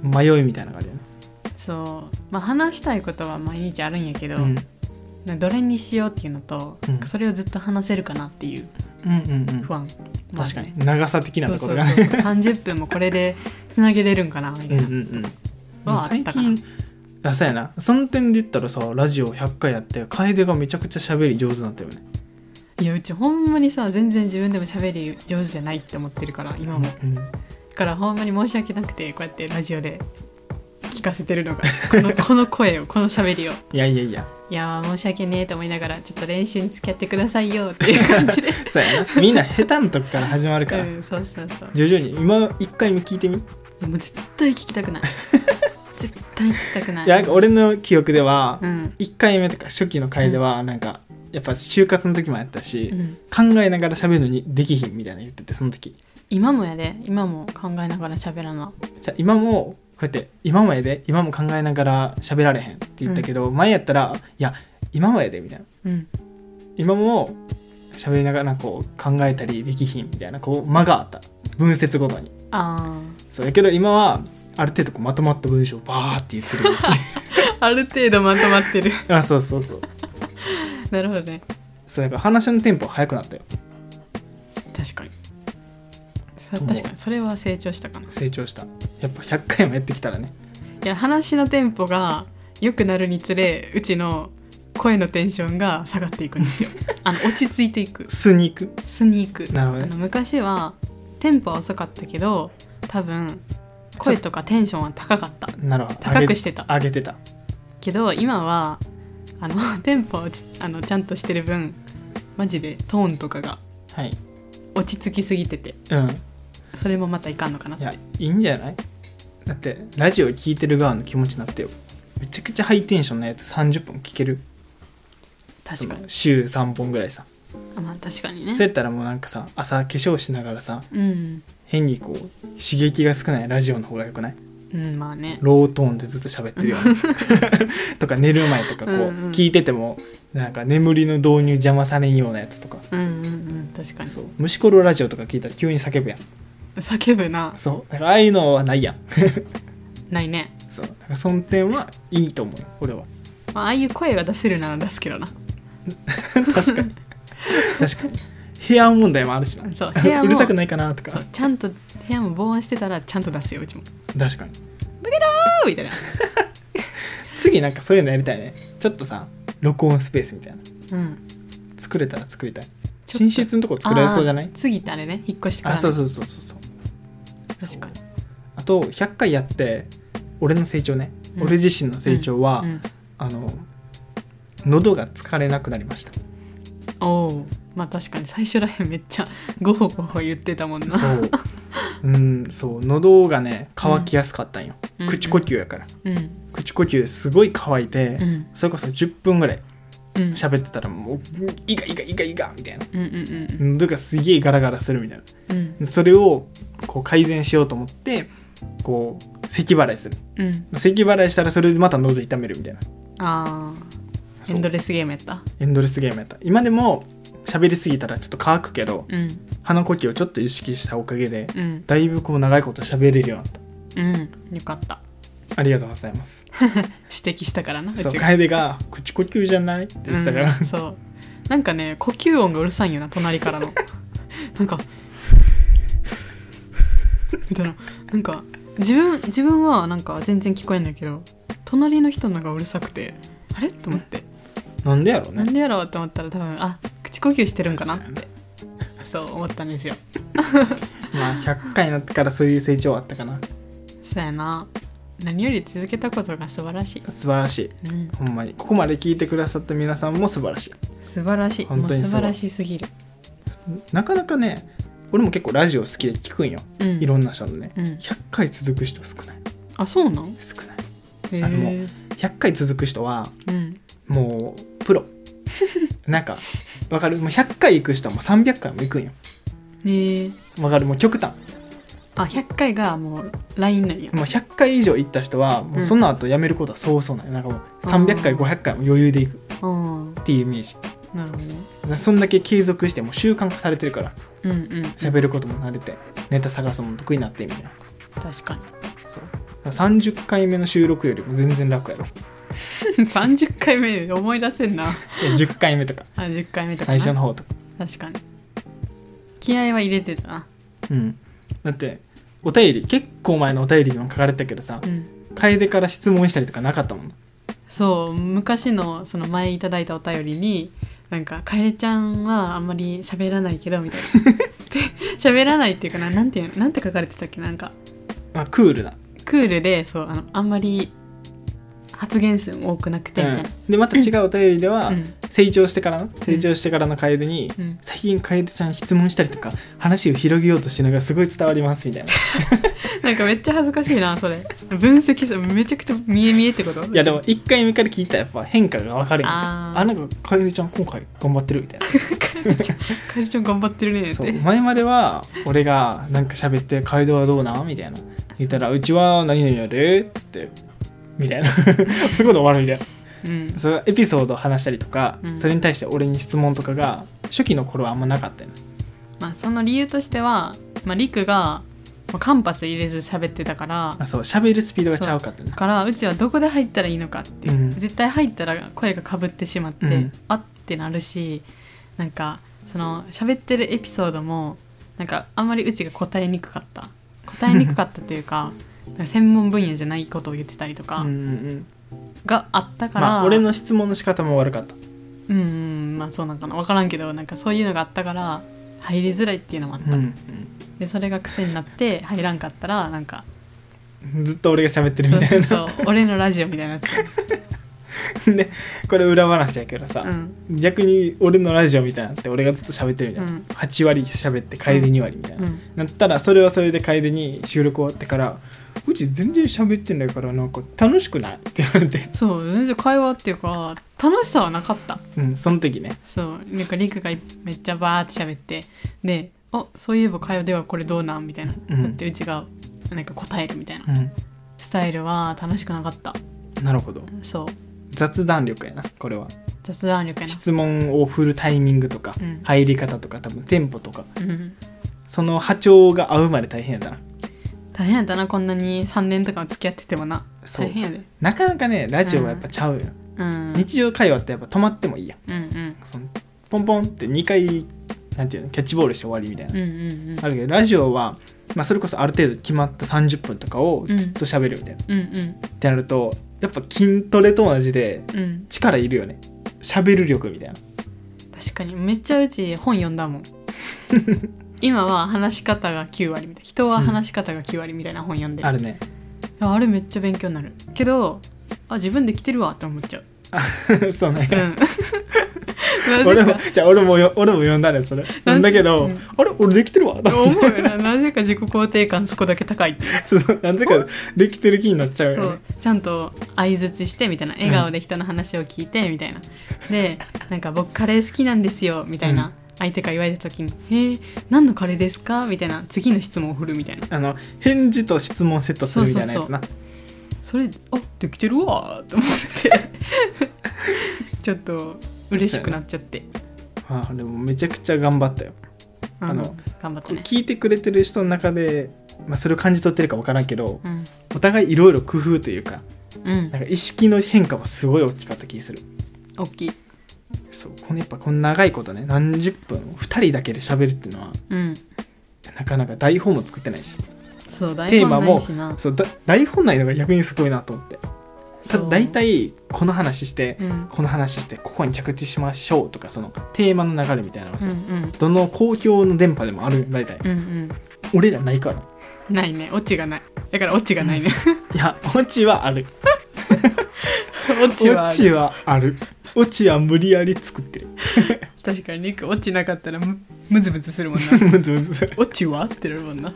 [SPEAKER 1] 迷いみたいなのがあるよね、
[SPEAKER 2] そうまあ話したいことは毎日あるんやけど、
[SPEAKER 1] うん、
[SPEAKER 2] などれにしようっていうのと、
[SPEAKER 1] うん
[SPEAKER 2] それをずっと話せるかなっていう
[SPEAKER 1] うんうんうん
[SPEAKER 2] 不安もある
[SPEAKER 1] 確か
[SPEAKER 2] ね
[SPEAKER 1] に長さ的なところが
[SPEAKER 2] そうそうそう30分もこれでつなげれるんかなみ
[SPEAKER 1] う
[SPEAKER 2] た
[SPEAKER 1] ん
[SPEAKER 2] い
[SPEAKER 1] うん
[SPEAKER 2] な、
[SPEAKER 1] うんでも
[SPEAKER 2] はあっ
[SPEAKER 1] 最
[SPEAKER 2] たかな
[SPEAKER 1] 近あそうやなその点で言ったらさラジオ100回やって楓がめちゃくちゃ喋り上手になったよね
[SPEAKER 2] いやうちほんまにさ全然自分でも喋り上手じゃないって思ってるから今もだ
[SPEAKER 1] うん
[SPEAKER 2] からほんまに申し訳なくてこうやってラジオで聞かせてるのがこの *laughs* この声をこの喋りを
[SPEAKER 1] いやいやいや
[SPEAKER 2] いやー申し訳ねえと思いながらちょっと練習に付き合ってくださいよ *laughs* っていう感じで
[SPEAKER 1] そうやなみんな下手なとこから始まるから、
[SPEAKER 2] うんそうそうそう
[SPEAKER 1] 徐々に今1回目聞いてみ
[SPEAKER 2] いやもう絶対聞きたくない *laughs* 絶対聞きたくない
[SPEAKER 1] いやなんか俺の記憶では、
[SPEAKER 2] うん
[SPEAKER 1] 1回目とか初期の回ではなんかやっぱ就活の時もやったし
[SPEAKER 2] う、ん
[SPEAKER 1] 考えながら喋るのにできひんみたいなの言っててその時
[SPEAKER 2] 今もやで今も考えながら喋らな
[SPEAKER 1] じゃあ今もこうやって今もやで今も考えながら喋られへんって言ったけど、前やったらいや今もやでみたいな
[SPEAKER 2] うん
[SPEAKER 1] 今も喋りながらこう考えたりできひんみたいなこう間があった文節ごとに
[SPEAKER 2] あ
[SPEAKER 1] そうやけど今はある程度こうまとまった文章をバーって言ってるし
[SPEAKER 2] ーある程度まとまってる
[SPEAKER 1] あそうそうそう
[SPEAKER 2] *laughs* なるほどね
[SPEAKER 1] そうだから話のテンポ早くなったよ
[SPEAKER 2] 確かにさ
[SPEAKER 1] とも
[SPEAKER 2] 確かにそれは成長したかない
[SPEAKER 1] 成長したやっぱ100回もやってきたらね
[SPEAKER 2] や話のテンポが良くなるにつれうちの声のテンションが下がっていくんで
[SPEAKER 1] *laughs*
[SPEAKER 2] すよあの落ち着いていく
[SPEAKER 1] 素に行く
[SPEAKER 2] スニーク
[SPEAKER 1] なるほど
[SPEAKER 2] あ
[SPEAKER 1] ね
[SPEAKER 2] の昔はテンポは遅かったけど多分声とかテンションは高かった
[SPEAKER 1] なるほど
[SPEAKER 2] 高くしてた
[SPEAKER 1] 上げてた
[SPEAKER 2] けど今はあの *laughs* テンポをちあのちゃんとしてる分マジでトーンとかが
[SPEAKER 1] はい
[SPEAKER 2] 落ち着きすぎてて
[SPEAKER 1] うん
[SPEAKER 2] それもまたいかんのかない
[SPEAKER 1] やいいんじゃないだってラジオ聞いてる側の気持ちになってよめちゃくちゃハイテンションなやつ30分聞ける
[SPEAKER 2] 確かに
[SPEAKER 1] その週3本ぐらいさ
[SPEAKER 2] あまあ確かに
[SPEAKER 1] そうや
[SPEAKER 2] ね
[SPEAKER 1] ったらもうなんかさ朝化粧しながらさ
[SPEAKER 2] うん
[SPEAKER 1] 変にこう刺激が少ないラジオの方がよくない
[SPEAKER 2] うんまあね
[SPEAKER 1] ロートーンでずっと喋ってるよね
[SPEAKER 2] *laughs*
[SPEAKER 1] とか寝る前とかこう
[SPEAKER 2] うんうん
[SPEAKER 1] 聞いててもなんか眠りの導入邪魔されんようなやつとか
[SPEAKER 2] うんうんうん確かに
[SPEAKER 1] そう虫ころラジオとか聞いたら急に叫ぶやん
[SPEAKER 2] 叫ぶな
[SPEAKER 1] そうだからああいうのはないやん
[SPEAKER 2] ないね、
[SPEAKER 1] そうだからその点はいいと思うよ俺は
[SPEAKER 2] まあ、ああいう声が出せるなら出すけどな
[SPEAKER 1] 確かに確かに部屋問題もあるしな
[SPEAKER 2] そう部屋も
[SPEAKER 1] うるさくないかなと
[SPEAKER 2] そ
[SPEAKER 1] か
[SPEAKER 2] うちゃんと部屋も防音してたらちゃんと出すよ
[SPEAKER 1] *laughs*
[SPEAKER 2] うちも
[SPEAKER 1] 確かに
[SPEAKER 2] あーみたいな
[SPEAKER 1] 次なんかそういうのやりたいねちょっとさ録音スペースみたいな
[SPEAKER 2] うん
[SPEAKER 1] 作れたら作りたい
[SPEAKER 2] ちょっと
[SPEAKER 1] 寝室のとこ作られそうじゃない
[SPEAKER 2] あー次ってあれね引っ越してから、
[SPEAKER 1] あ
[SPEAKER 2] ね、
[SPEAKER 1] そうそうそうそうそう
[SPEAKER 2] 確かに
[SPEAKER 1] そうあと100回やって俺の成長ね、
[SPEAKER 2] うん
[SPEAKER 1] 俺自身の成長は、
[SPEAKER 2] うん
[SPEAKER 1] あの喉が疲れなくなりま
[SPEAKER 2] *laughs*
[SPEAKER 1] した
[SPEAKER 2] おおまあ確かに最初らへんめっちゃ *laughs* ゴホゴホ言ってたもんな
[SPEAKER 1] そううんそう喉がね乾きやすかったんよ、
[SPEAKER 2] うん
[SPEAKER 1] 口呼吸やから
[SPEAKER 2] うん
[SPEAKER 1] 口呼吸ですごい乾いて、
[SPEAKER 2] うん
[SPEAKER 1] それこそ10分ぐらい
[SPEAKER 2] うん
[SPEAKER 1] 喋ってたらもう「イガイガイガイガ」みたいな
[SPEAKER 2] うんうんうん
[SPEAKER 1] 喉がすげえガラガラするみたい
[SPEAKER 2] うん
[SPEAKER 1] なそれをこう改善しようと思ってこう咳払いする
[SPEAKER 2] うん
[SPEAKER 1] 咳払いしたらそれでまた喉痛めるみたいな
[SPEAKER 2] あー
[SPEAKER 1] そう
[SPEAKER 2] エンドレスゲームやった
[SPEAKER 1] エンドレスゲームやった今でも喋りすぎたらちょっと乾くけど
[SPEAKER 2] うん
[SPEAKER 1] 鼻呼吸をちょっと意識したおかげで
[SPEAKER 2] うん
[SPEAKER 1] だいぶこう長いこと喋れるようになっ
[SPEAKER 2] うんよかった
[SPEAKER 1] たありがとうございます
[SPEAKER 2] 指摘したからなうち
[SPEAKER 1] そう
[SPEAKER 2] が
[SPEAKER 1] 楓が「口呼吸じゃない?」って言ってたから、
[SPEAKER 2] うんそうなんかね呼吸音がうるさいんよな隣からの *laughs* なんかみたいななんか自分自分はなんか全然聞こえんだけど隣の人のがうるさくてあれと思って
[SPEAKER 1] なんでやろう
[SPEAKER 2] なん
[SPEAKER 1] ね
[SPEAKER 2] でやろうと思ったら多分あ口口呼吸してるんかなっ
[SPEAKER 1] そう
[SPEAKER 2] てそう思ったんですよ
[SPEAKER 1] まあ100回になってからそういう成長はあったかな
[SPEAKER 2] そうやな何より続けたことが素晴らしい、
[SPEAKER 1] 素晴らしい
[SPEAKER 2] うん、
[SPEAKER 1] ほんまにここまで聞いてくださった皆さんも素晴らしい
[SPEAKER 2] 素晴らしい
[SPEAKER 1] 本
[SPEAKER 2] もう
[SPEAKER 1] 当に
[SPEAKER 2] 素
[SPEAKER 1] そう
[SPEAKER 2] 晴らしすぎる
[SPEAKER 1] なかなかね俺も結構ラジオ好きで聞くんよ、
[SPEAKER 2] うん
[SPEAKER 1] いろんな人のね、
[SPEAKER 2] うん
[SPEAKER 1] 100回続く人少ない
[SPEAKER 2] あそうなん
[SPEAKER 1] 少ない
[SPEAKER 2] へ
[SPEAKER 1] あの
[SPEAKER 2] え
[SPEAKER 1] 100回続く人は
[SPEAKER 2] うん
[SPEAKER 1] もう
[SPEAKER 2] *laughs*
[SPEAKER 1] プロなんかわかるもう100回行く人はもう300回も行くんよ
[SPEAKER 2] へえ
[SPEAKER 1] わかるもう極端
[SPEAKER 2] あ100回がもう LINE なんや
[SPEAKER 1] もう100回以上行った人はもうその後辞めることはそうそうない、なんかもう300回
[SPEAKER 2] あー
[SPEAKER 1] 500回も余裕で行くっ
[SPEAKER 2] うん
[SPEAKER 1] ていうイメージだか
[SPEAKER 2] なるほどね
[SPEAKER 1] らそんだけ継続してもう習慣化されてるから
[SPEAKER 2] うんうん
[SPEAKER 1] 喋ることも慣れてネタ探すのも得意になってみたいな
[SPEAKER 2] 確か
[SPEAKER 1] そうだから30回目の収録よりも全然楽や
[SPEAKER 2] *laughs*
[SPEAKER 1] ろ
[SPEAKER 2] に30回目で思い出せんな
[SPEAKER 1] え10回目とか
[SPEAKER 2] あ10回目とか
[SPEAKER 1] 最
[SPEAKER 2] な
[SPEAKER 1] 初の方とか
[SPEAKER 2] 確かに気合は入れてたな
[SPEAKER 1] うんだってお便り結構前のお便りにも書かれてたけどさ
[SPEAKER 2] うん
[SPEAKER 1] 楓から質問したりとかなかったもん
[SPEAKER 2] そう昔のその前いただいたお便りになんか「かえちゃんはあんまり喋らないけど」みたい
[SPEAKER 1] *laughs*
[SPEAKER 2] なで喋らないっていうかななんていうのなんて書かれてたっけなんか
[SPEAKER 1] あクールな、
[SPEAKER 2] クールでそうあのあんまり発言数も多くなくてみたいな、
[SPEAKER 1] うんでまた違うお便りでは、
[SPEAKER 2] うん
[SPEAKER 1] 成長してからの成長してからの楓に、
[SPEAKER 2] うん
[SPEAKER 1] 最近楓ちゃん質問したりとか話を広げようとしてるのがすごい伝わりますみたい
[SPEAKER 2] *laughs*
[SPEAKER 1] な
[SPEAKER 2] なんかめっちゃ恥ずかしいなそれ分析するめちゃくちゃ見え見えってこと
[SPEAKER 1] いやでも1回目から聞いたらやっぱ変化が分かるよね
[SPEAKER 2] あー
[SPEAKER 1] あなんか楓ちゃん今回頑張ってるみたいな
[SPEAKER 2] カエルちゃん頑張ってるねって
[SPEAKER 1] そう前までは俺がなんか喋って「カイドはどうなん?」みたいな言ったら「うちは何々やで」っつってみたいな *laughs* そこで終わるみたい
[SPEAKER 2] うん
[SPEAKER 1] なそのエピソードを話したりとか、
[SPEAKER 2] うん
[SPEAKER 1] それに対して俺に質問とかが初期の頃はあんまなかったよね
[SPEAKER 2] まあ、その理由としては、まあ、リクがまあ間髪入れず喋ってたから
[SPEAKER 1] あそう喋るスピードがちゃうかったね
[SPEAKER 2] だからうちはどこで入ったらいいのかっていう、
[SPEAKER 1] うん
[SPEAKER 2] 絶対入ったら声がかぶってしまって、
[SPEAKER 1] うん
[SPEAKER 2] あってなるしなんかその喋ってるエピソードもなんかあんまりうちが答えにくかった答えにくかったというかなんか専門分野じゃないことを言ってたりと
[SPEAKER 1] うん
[SPEAKER 2] か
[SPEAKER 1] うんうん
[SPEAKER 2] があったから、
[SPEAKER 1] まあ俺の質問の仕方も悪かった
[SPEAKER 2] うんうんまあそうなんかな分からんけどなんかそういうのがあったから入りづらいっていうのもあった、
[SPEAKER 1] うん
[SPEAKER 2] でそれが癖になって入らんかったらなんか
[SPEAKER 1] うんずっと俺が喋ってるみ
[SPEAKER 2] そう
[SPEAKER 1] た
[SPEAKER 2] そ
[SPEAKER 1] いう
[SPEAKER 2] *laughs*
[SPEAKER 1] な
[SPEAKER 2] そう俺のラジオみたいなやつ、
[SPEAKER 1] でこれ裏話やけど *laughs* さ、
[SPEAKER 2] うん、
[SPEAKER 1] 逆に俺のラジオみたいになって俺がずっと喋ってるみたいな、
[SPEAKER 2] うん
[SPEAKER 1] 8割喋って楓2割みたいな、
[SPEAKER 2] うん
[SPEAKER 1] なったらそれはそれで楓に収録終わってから「うち全然喋ってないからなんか楽しくない?」 *laughs* って言われて、
[SPEAKER 2] そう全然会話っていうか楽しさはなかった
[SPEAKER 1] うん、その時ね
[SPEAKER 2] そうなんかりくがめっちゃバーって喋ってで「おそういえば会話ではこれどうなん?」みたいな、
[SPEAKER 1] うん
[SPEAKER 2] だってうちがなんか答えるみたいな、
[SPEAKER 1] う
[SPEAKER 2] スタイルは楽しくなかった
[SPEAKER 1] んなるほど
[SPEAKER 2] そう
[SPEAKER 1] 雑談力やなこれは
[SPEAKER 2] 雑談力やな
[SPEAKER 1] 質問を振るタイミングとか、
[SPEAKER 2] うん
[SPEAKER 1] 入り方とか多分テンポとか
[SPEAKER 2] うん
[SPEAKER 1] その波長が合うまで大変やだな
[SPEAKER 2] 大変やったなこんなに3年とか付き合っててもな
[SPEAKER 1] そう
[SPEAKER 2] 大変やで
[SPEAKER 1] なかなかねラジオはやっぱちゃうよ、
[SPEAKER 2] うん
[SPEAKER 1] 日常会話ってやっぱ止まってもいいやん
[SPEAKER 2] うんうん
[SPEAKER 1] そのポンポンって2回なんていうのキャッチボールして終わりみたいな、
[SPEAKER 2] うんうんうん
[SPEAKER 1] あるけどラジオは、まあ、それこそある程度決まった30分とかをずっと喋るみたいな、
[SPEAKER 2] うんうん
[SPEAKER 1] ってなるとやっぱ筋トレと同じで
[SPEAKER 2] うん
[SPEAKER 1] 力いるよね喋る力みたいな
[SPEAKER 2] 確かにめっちゃうち本読んだもん今は話し方が9割みたいな人は話し方が9割みたいな本読んでる、
[SPEAKER 1] あるね *laughs*
[SPEAKER 2] いやあれめっちゃ勉強になるけどあ自分できてるわって思っちゃう
[SPEAKER 1] そうね
[SPEAKER 2] うん *laughs*
[SPEAKER 1] 俺
[SPEAKER 2] なぜ
[SPEAKER 1] も
[SPEAKER 2] か
[SPEAKER 1] じゃあ *laughs* 俺もよ俺も呼んだねそれ
[SPEAKER 2] なん
[SPEAKER 1] だけど、
[SPEAKER 2] うん
[SPEAKER 1] あれ俺できてるわ
[SPEAKER 2] 思うよななぜか自己肯定感そこだけ高いってい
[SPEAKER 1] *laughs*
[SPEAKER 2] う
[SPEAKER 1] そうなんでかできてる気になっちゃう
[SPEAKER 2] そ
[SPEAKER 1] よ
[SPEAKER 2] う
[SPEAKER 1] ね
[SPEAKER 2] ちゃんと相づちしてみたいな笑顔で人の話を聞いてみたいな、でなんか僕カレー好きなんですよみたいな、
[SPEAKER 1] うん
[SPEAKER 2] 相手から言われた時に「へえ何のカレーですか?」みたいな次の質問を振るみたいな
[SPEAKER 1] あの返事と質問セットするみたいなやつな
[SPEAKER 2] それあできてるわーと
[SPEAKER 1] *laughs*
[SPEAKER 2] 思ってちょっと嬉しくなっちゃって、
[SPEAKER 1] ああでもめちゃくちゃ頑張ったよあの
[SPEAKER 2] うん頑張ったね
[SPEAKER 1] 聞いてくれてる人の中で、まあ、それを感じ取ってるか分からんけど
[SPEAKER 2] うん
[SPEAKER 1] お互いいろいろ工夫というか
[SPEAKER 2] うん
[SPEAKER 1] なんか意識の変化はすごい大きかった気する
[SPEAKER 2] 大きい
[SPEAKER 1] そうこのやっぱこの長いことね何十分2人だけで喋るっていうのは
[SPEAKER 2] うん
[SPEAKER 1] なかなか台本も作ってないし
[SPEAKER 2] そう
[SPEAKER 1] テ
[SPEAKER 2] 台
[SPEAKER 1] ーマ
[SPEAKER 2] 本ない
[SPEAKER 1] も
[SPEAKER 2] しな
[SPEAKER 1] そうだ台本ないのが逆にすごいなと思ってさ
[SPEAKER 2] そう
[SPEAKER 1] 大体この話して
[SPEAKER 2] うんうん
[SPEAKER 1] この話してここに着地しましょうとかそのテーマの流れみたいなのがさ、
[SPEAKER 2] うん
[SPEAKER 1] どの公共の電波でもあるよ大体、
[SPEAKER 2] うんうん
[SPEAKER 1] 俺らないから
[SPEAKER 2] ないねオチがないだからオチがないね
[SPEAKER 1] いやオチはある
[SPEAKER 2] *laughs* オ
[SPEAKER 1] オチ
[SPEAKER 2] チはある
[SPEAKER 1] はあるオチは無理やり作ってる *laughs*
[SPEAKER 2] 確かにリクオチなかったらむむずむずするもんな *laughs*
[SPEAKER 1] むずむずする
[SPEAKER 2] オチはってなるもんな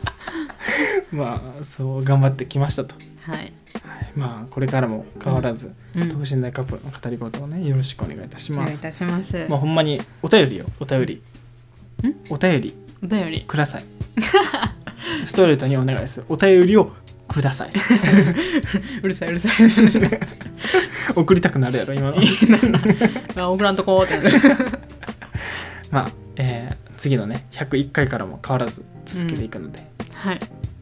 [SPEAKER 1] まあそう頑張ってきましたと、
[SPEAKER 2] はい、
[SPEAKER 1] はい、まあこれからも変わらず、
[SPEAKER 2] うん、
[SPEAKER 1] 等身大カップルの語り事をねよろしくお願いいたし
[SPEAKER 2] お
[SPEAKER 1] ま
[SPEAKER 2] 願いい
[SPEAKER 1] す
[SPEAKER 2] たします
[SPEAKER 1] まあほんまにお便りよお便り
[SPEAKER 2] ん
[SPEAKER 1] お便り
[SPEAKER 2] お便り
[SPEAKER 1] くだ
[SPEAKER 2] *laughs*
[SPEAKER 1] さいストレートにお願いするお便りをくだ
[SPEAKER 2] *laughs*
[SPEAKER 1] さい
[SPEAKER 2] うるさいうるさい
[SPEAKER 1] 送りたくなるやろ今の
[SPEAKER 2] *laughs* あ送らんとこーってなる
[SPEAKER 1] まあ、えー次のね101回からも変わらず続けていくので、
[SPEAKER 2] はい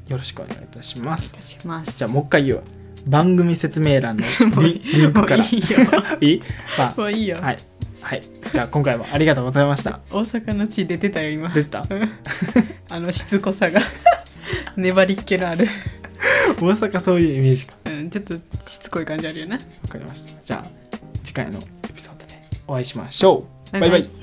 [SPEAKER 1] よろしくお願いいたします
[SPEAKER 2] 出します
[SPEAKER 1] じゃあもう一回言うわ番組説明欄のリリン
[SPEAKER 2] *laughs* も
[SPEAKER 1] ク
[SPEAKER 2] う
[SPEAKER 1] から
[SPEAKER 2] いいよ
[SPEAKER 1] いいま
[SPEAKER 2] もういいよ、
[SPEAKER 1] あはいはいじゃあ今回もありがとうございました
[SPEAKER 2] 大阪の地出てたよ今
[SPEAKER 1] 出て
[SPEAKER 2] *laughs*
[SPEAKER 1] た
[SPEAKER 2] あのしつこ *laughs* さが粘りっ気のある、
[SPEAKER 1] 大阪そういうイメージか
[SPEAKER 2] うん、ちょっとしつこい感じあるよな
[SPEAKER 1] わかりましたじゃあ次回のエピソードでお会いしましょうバイバイ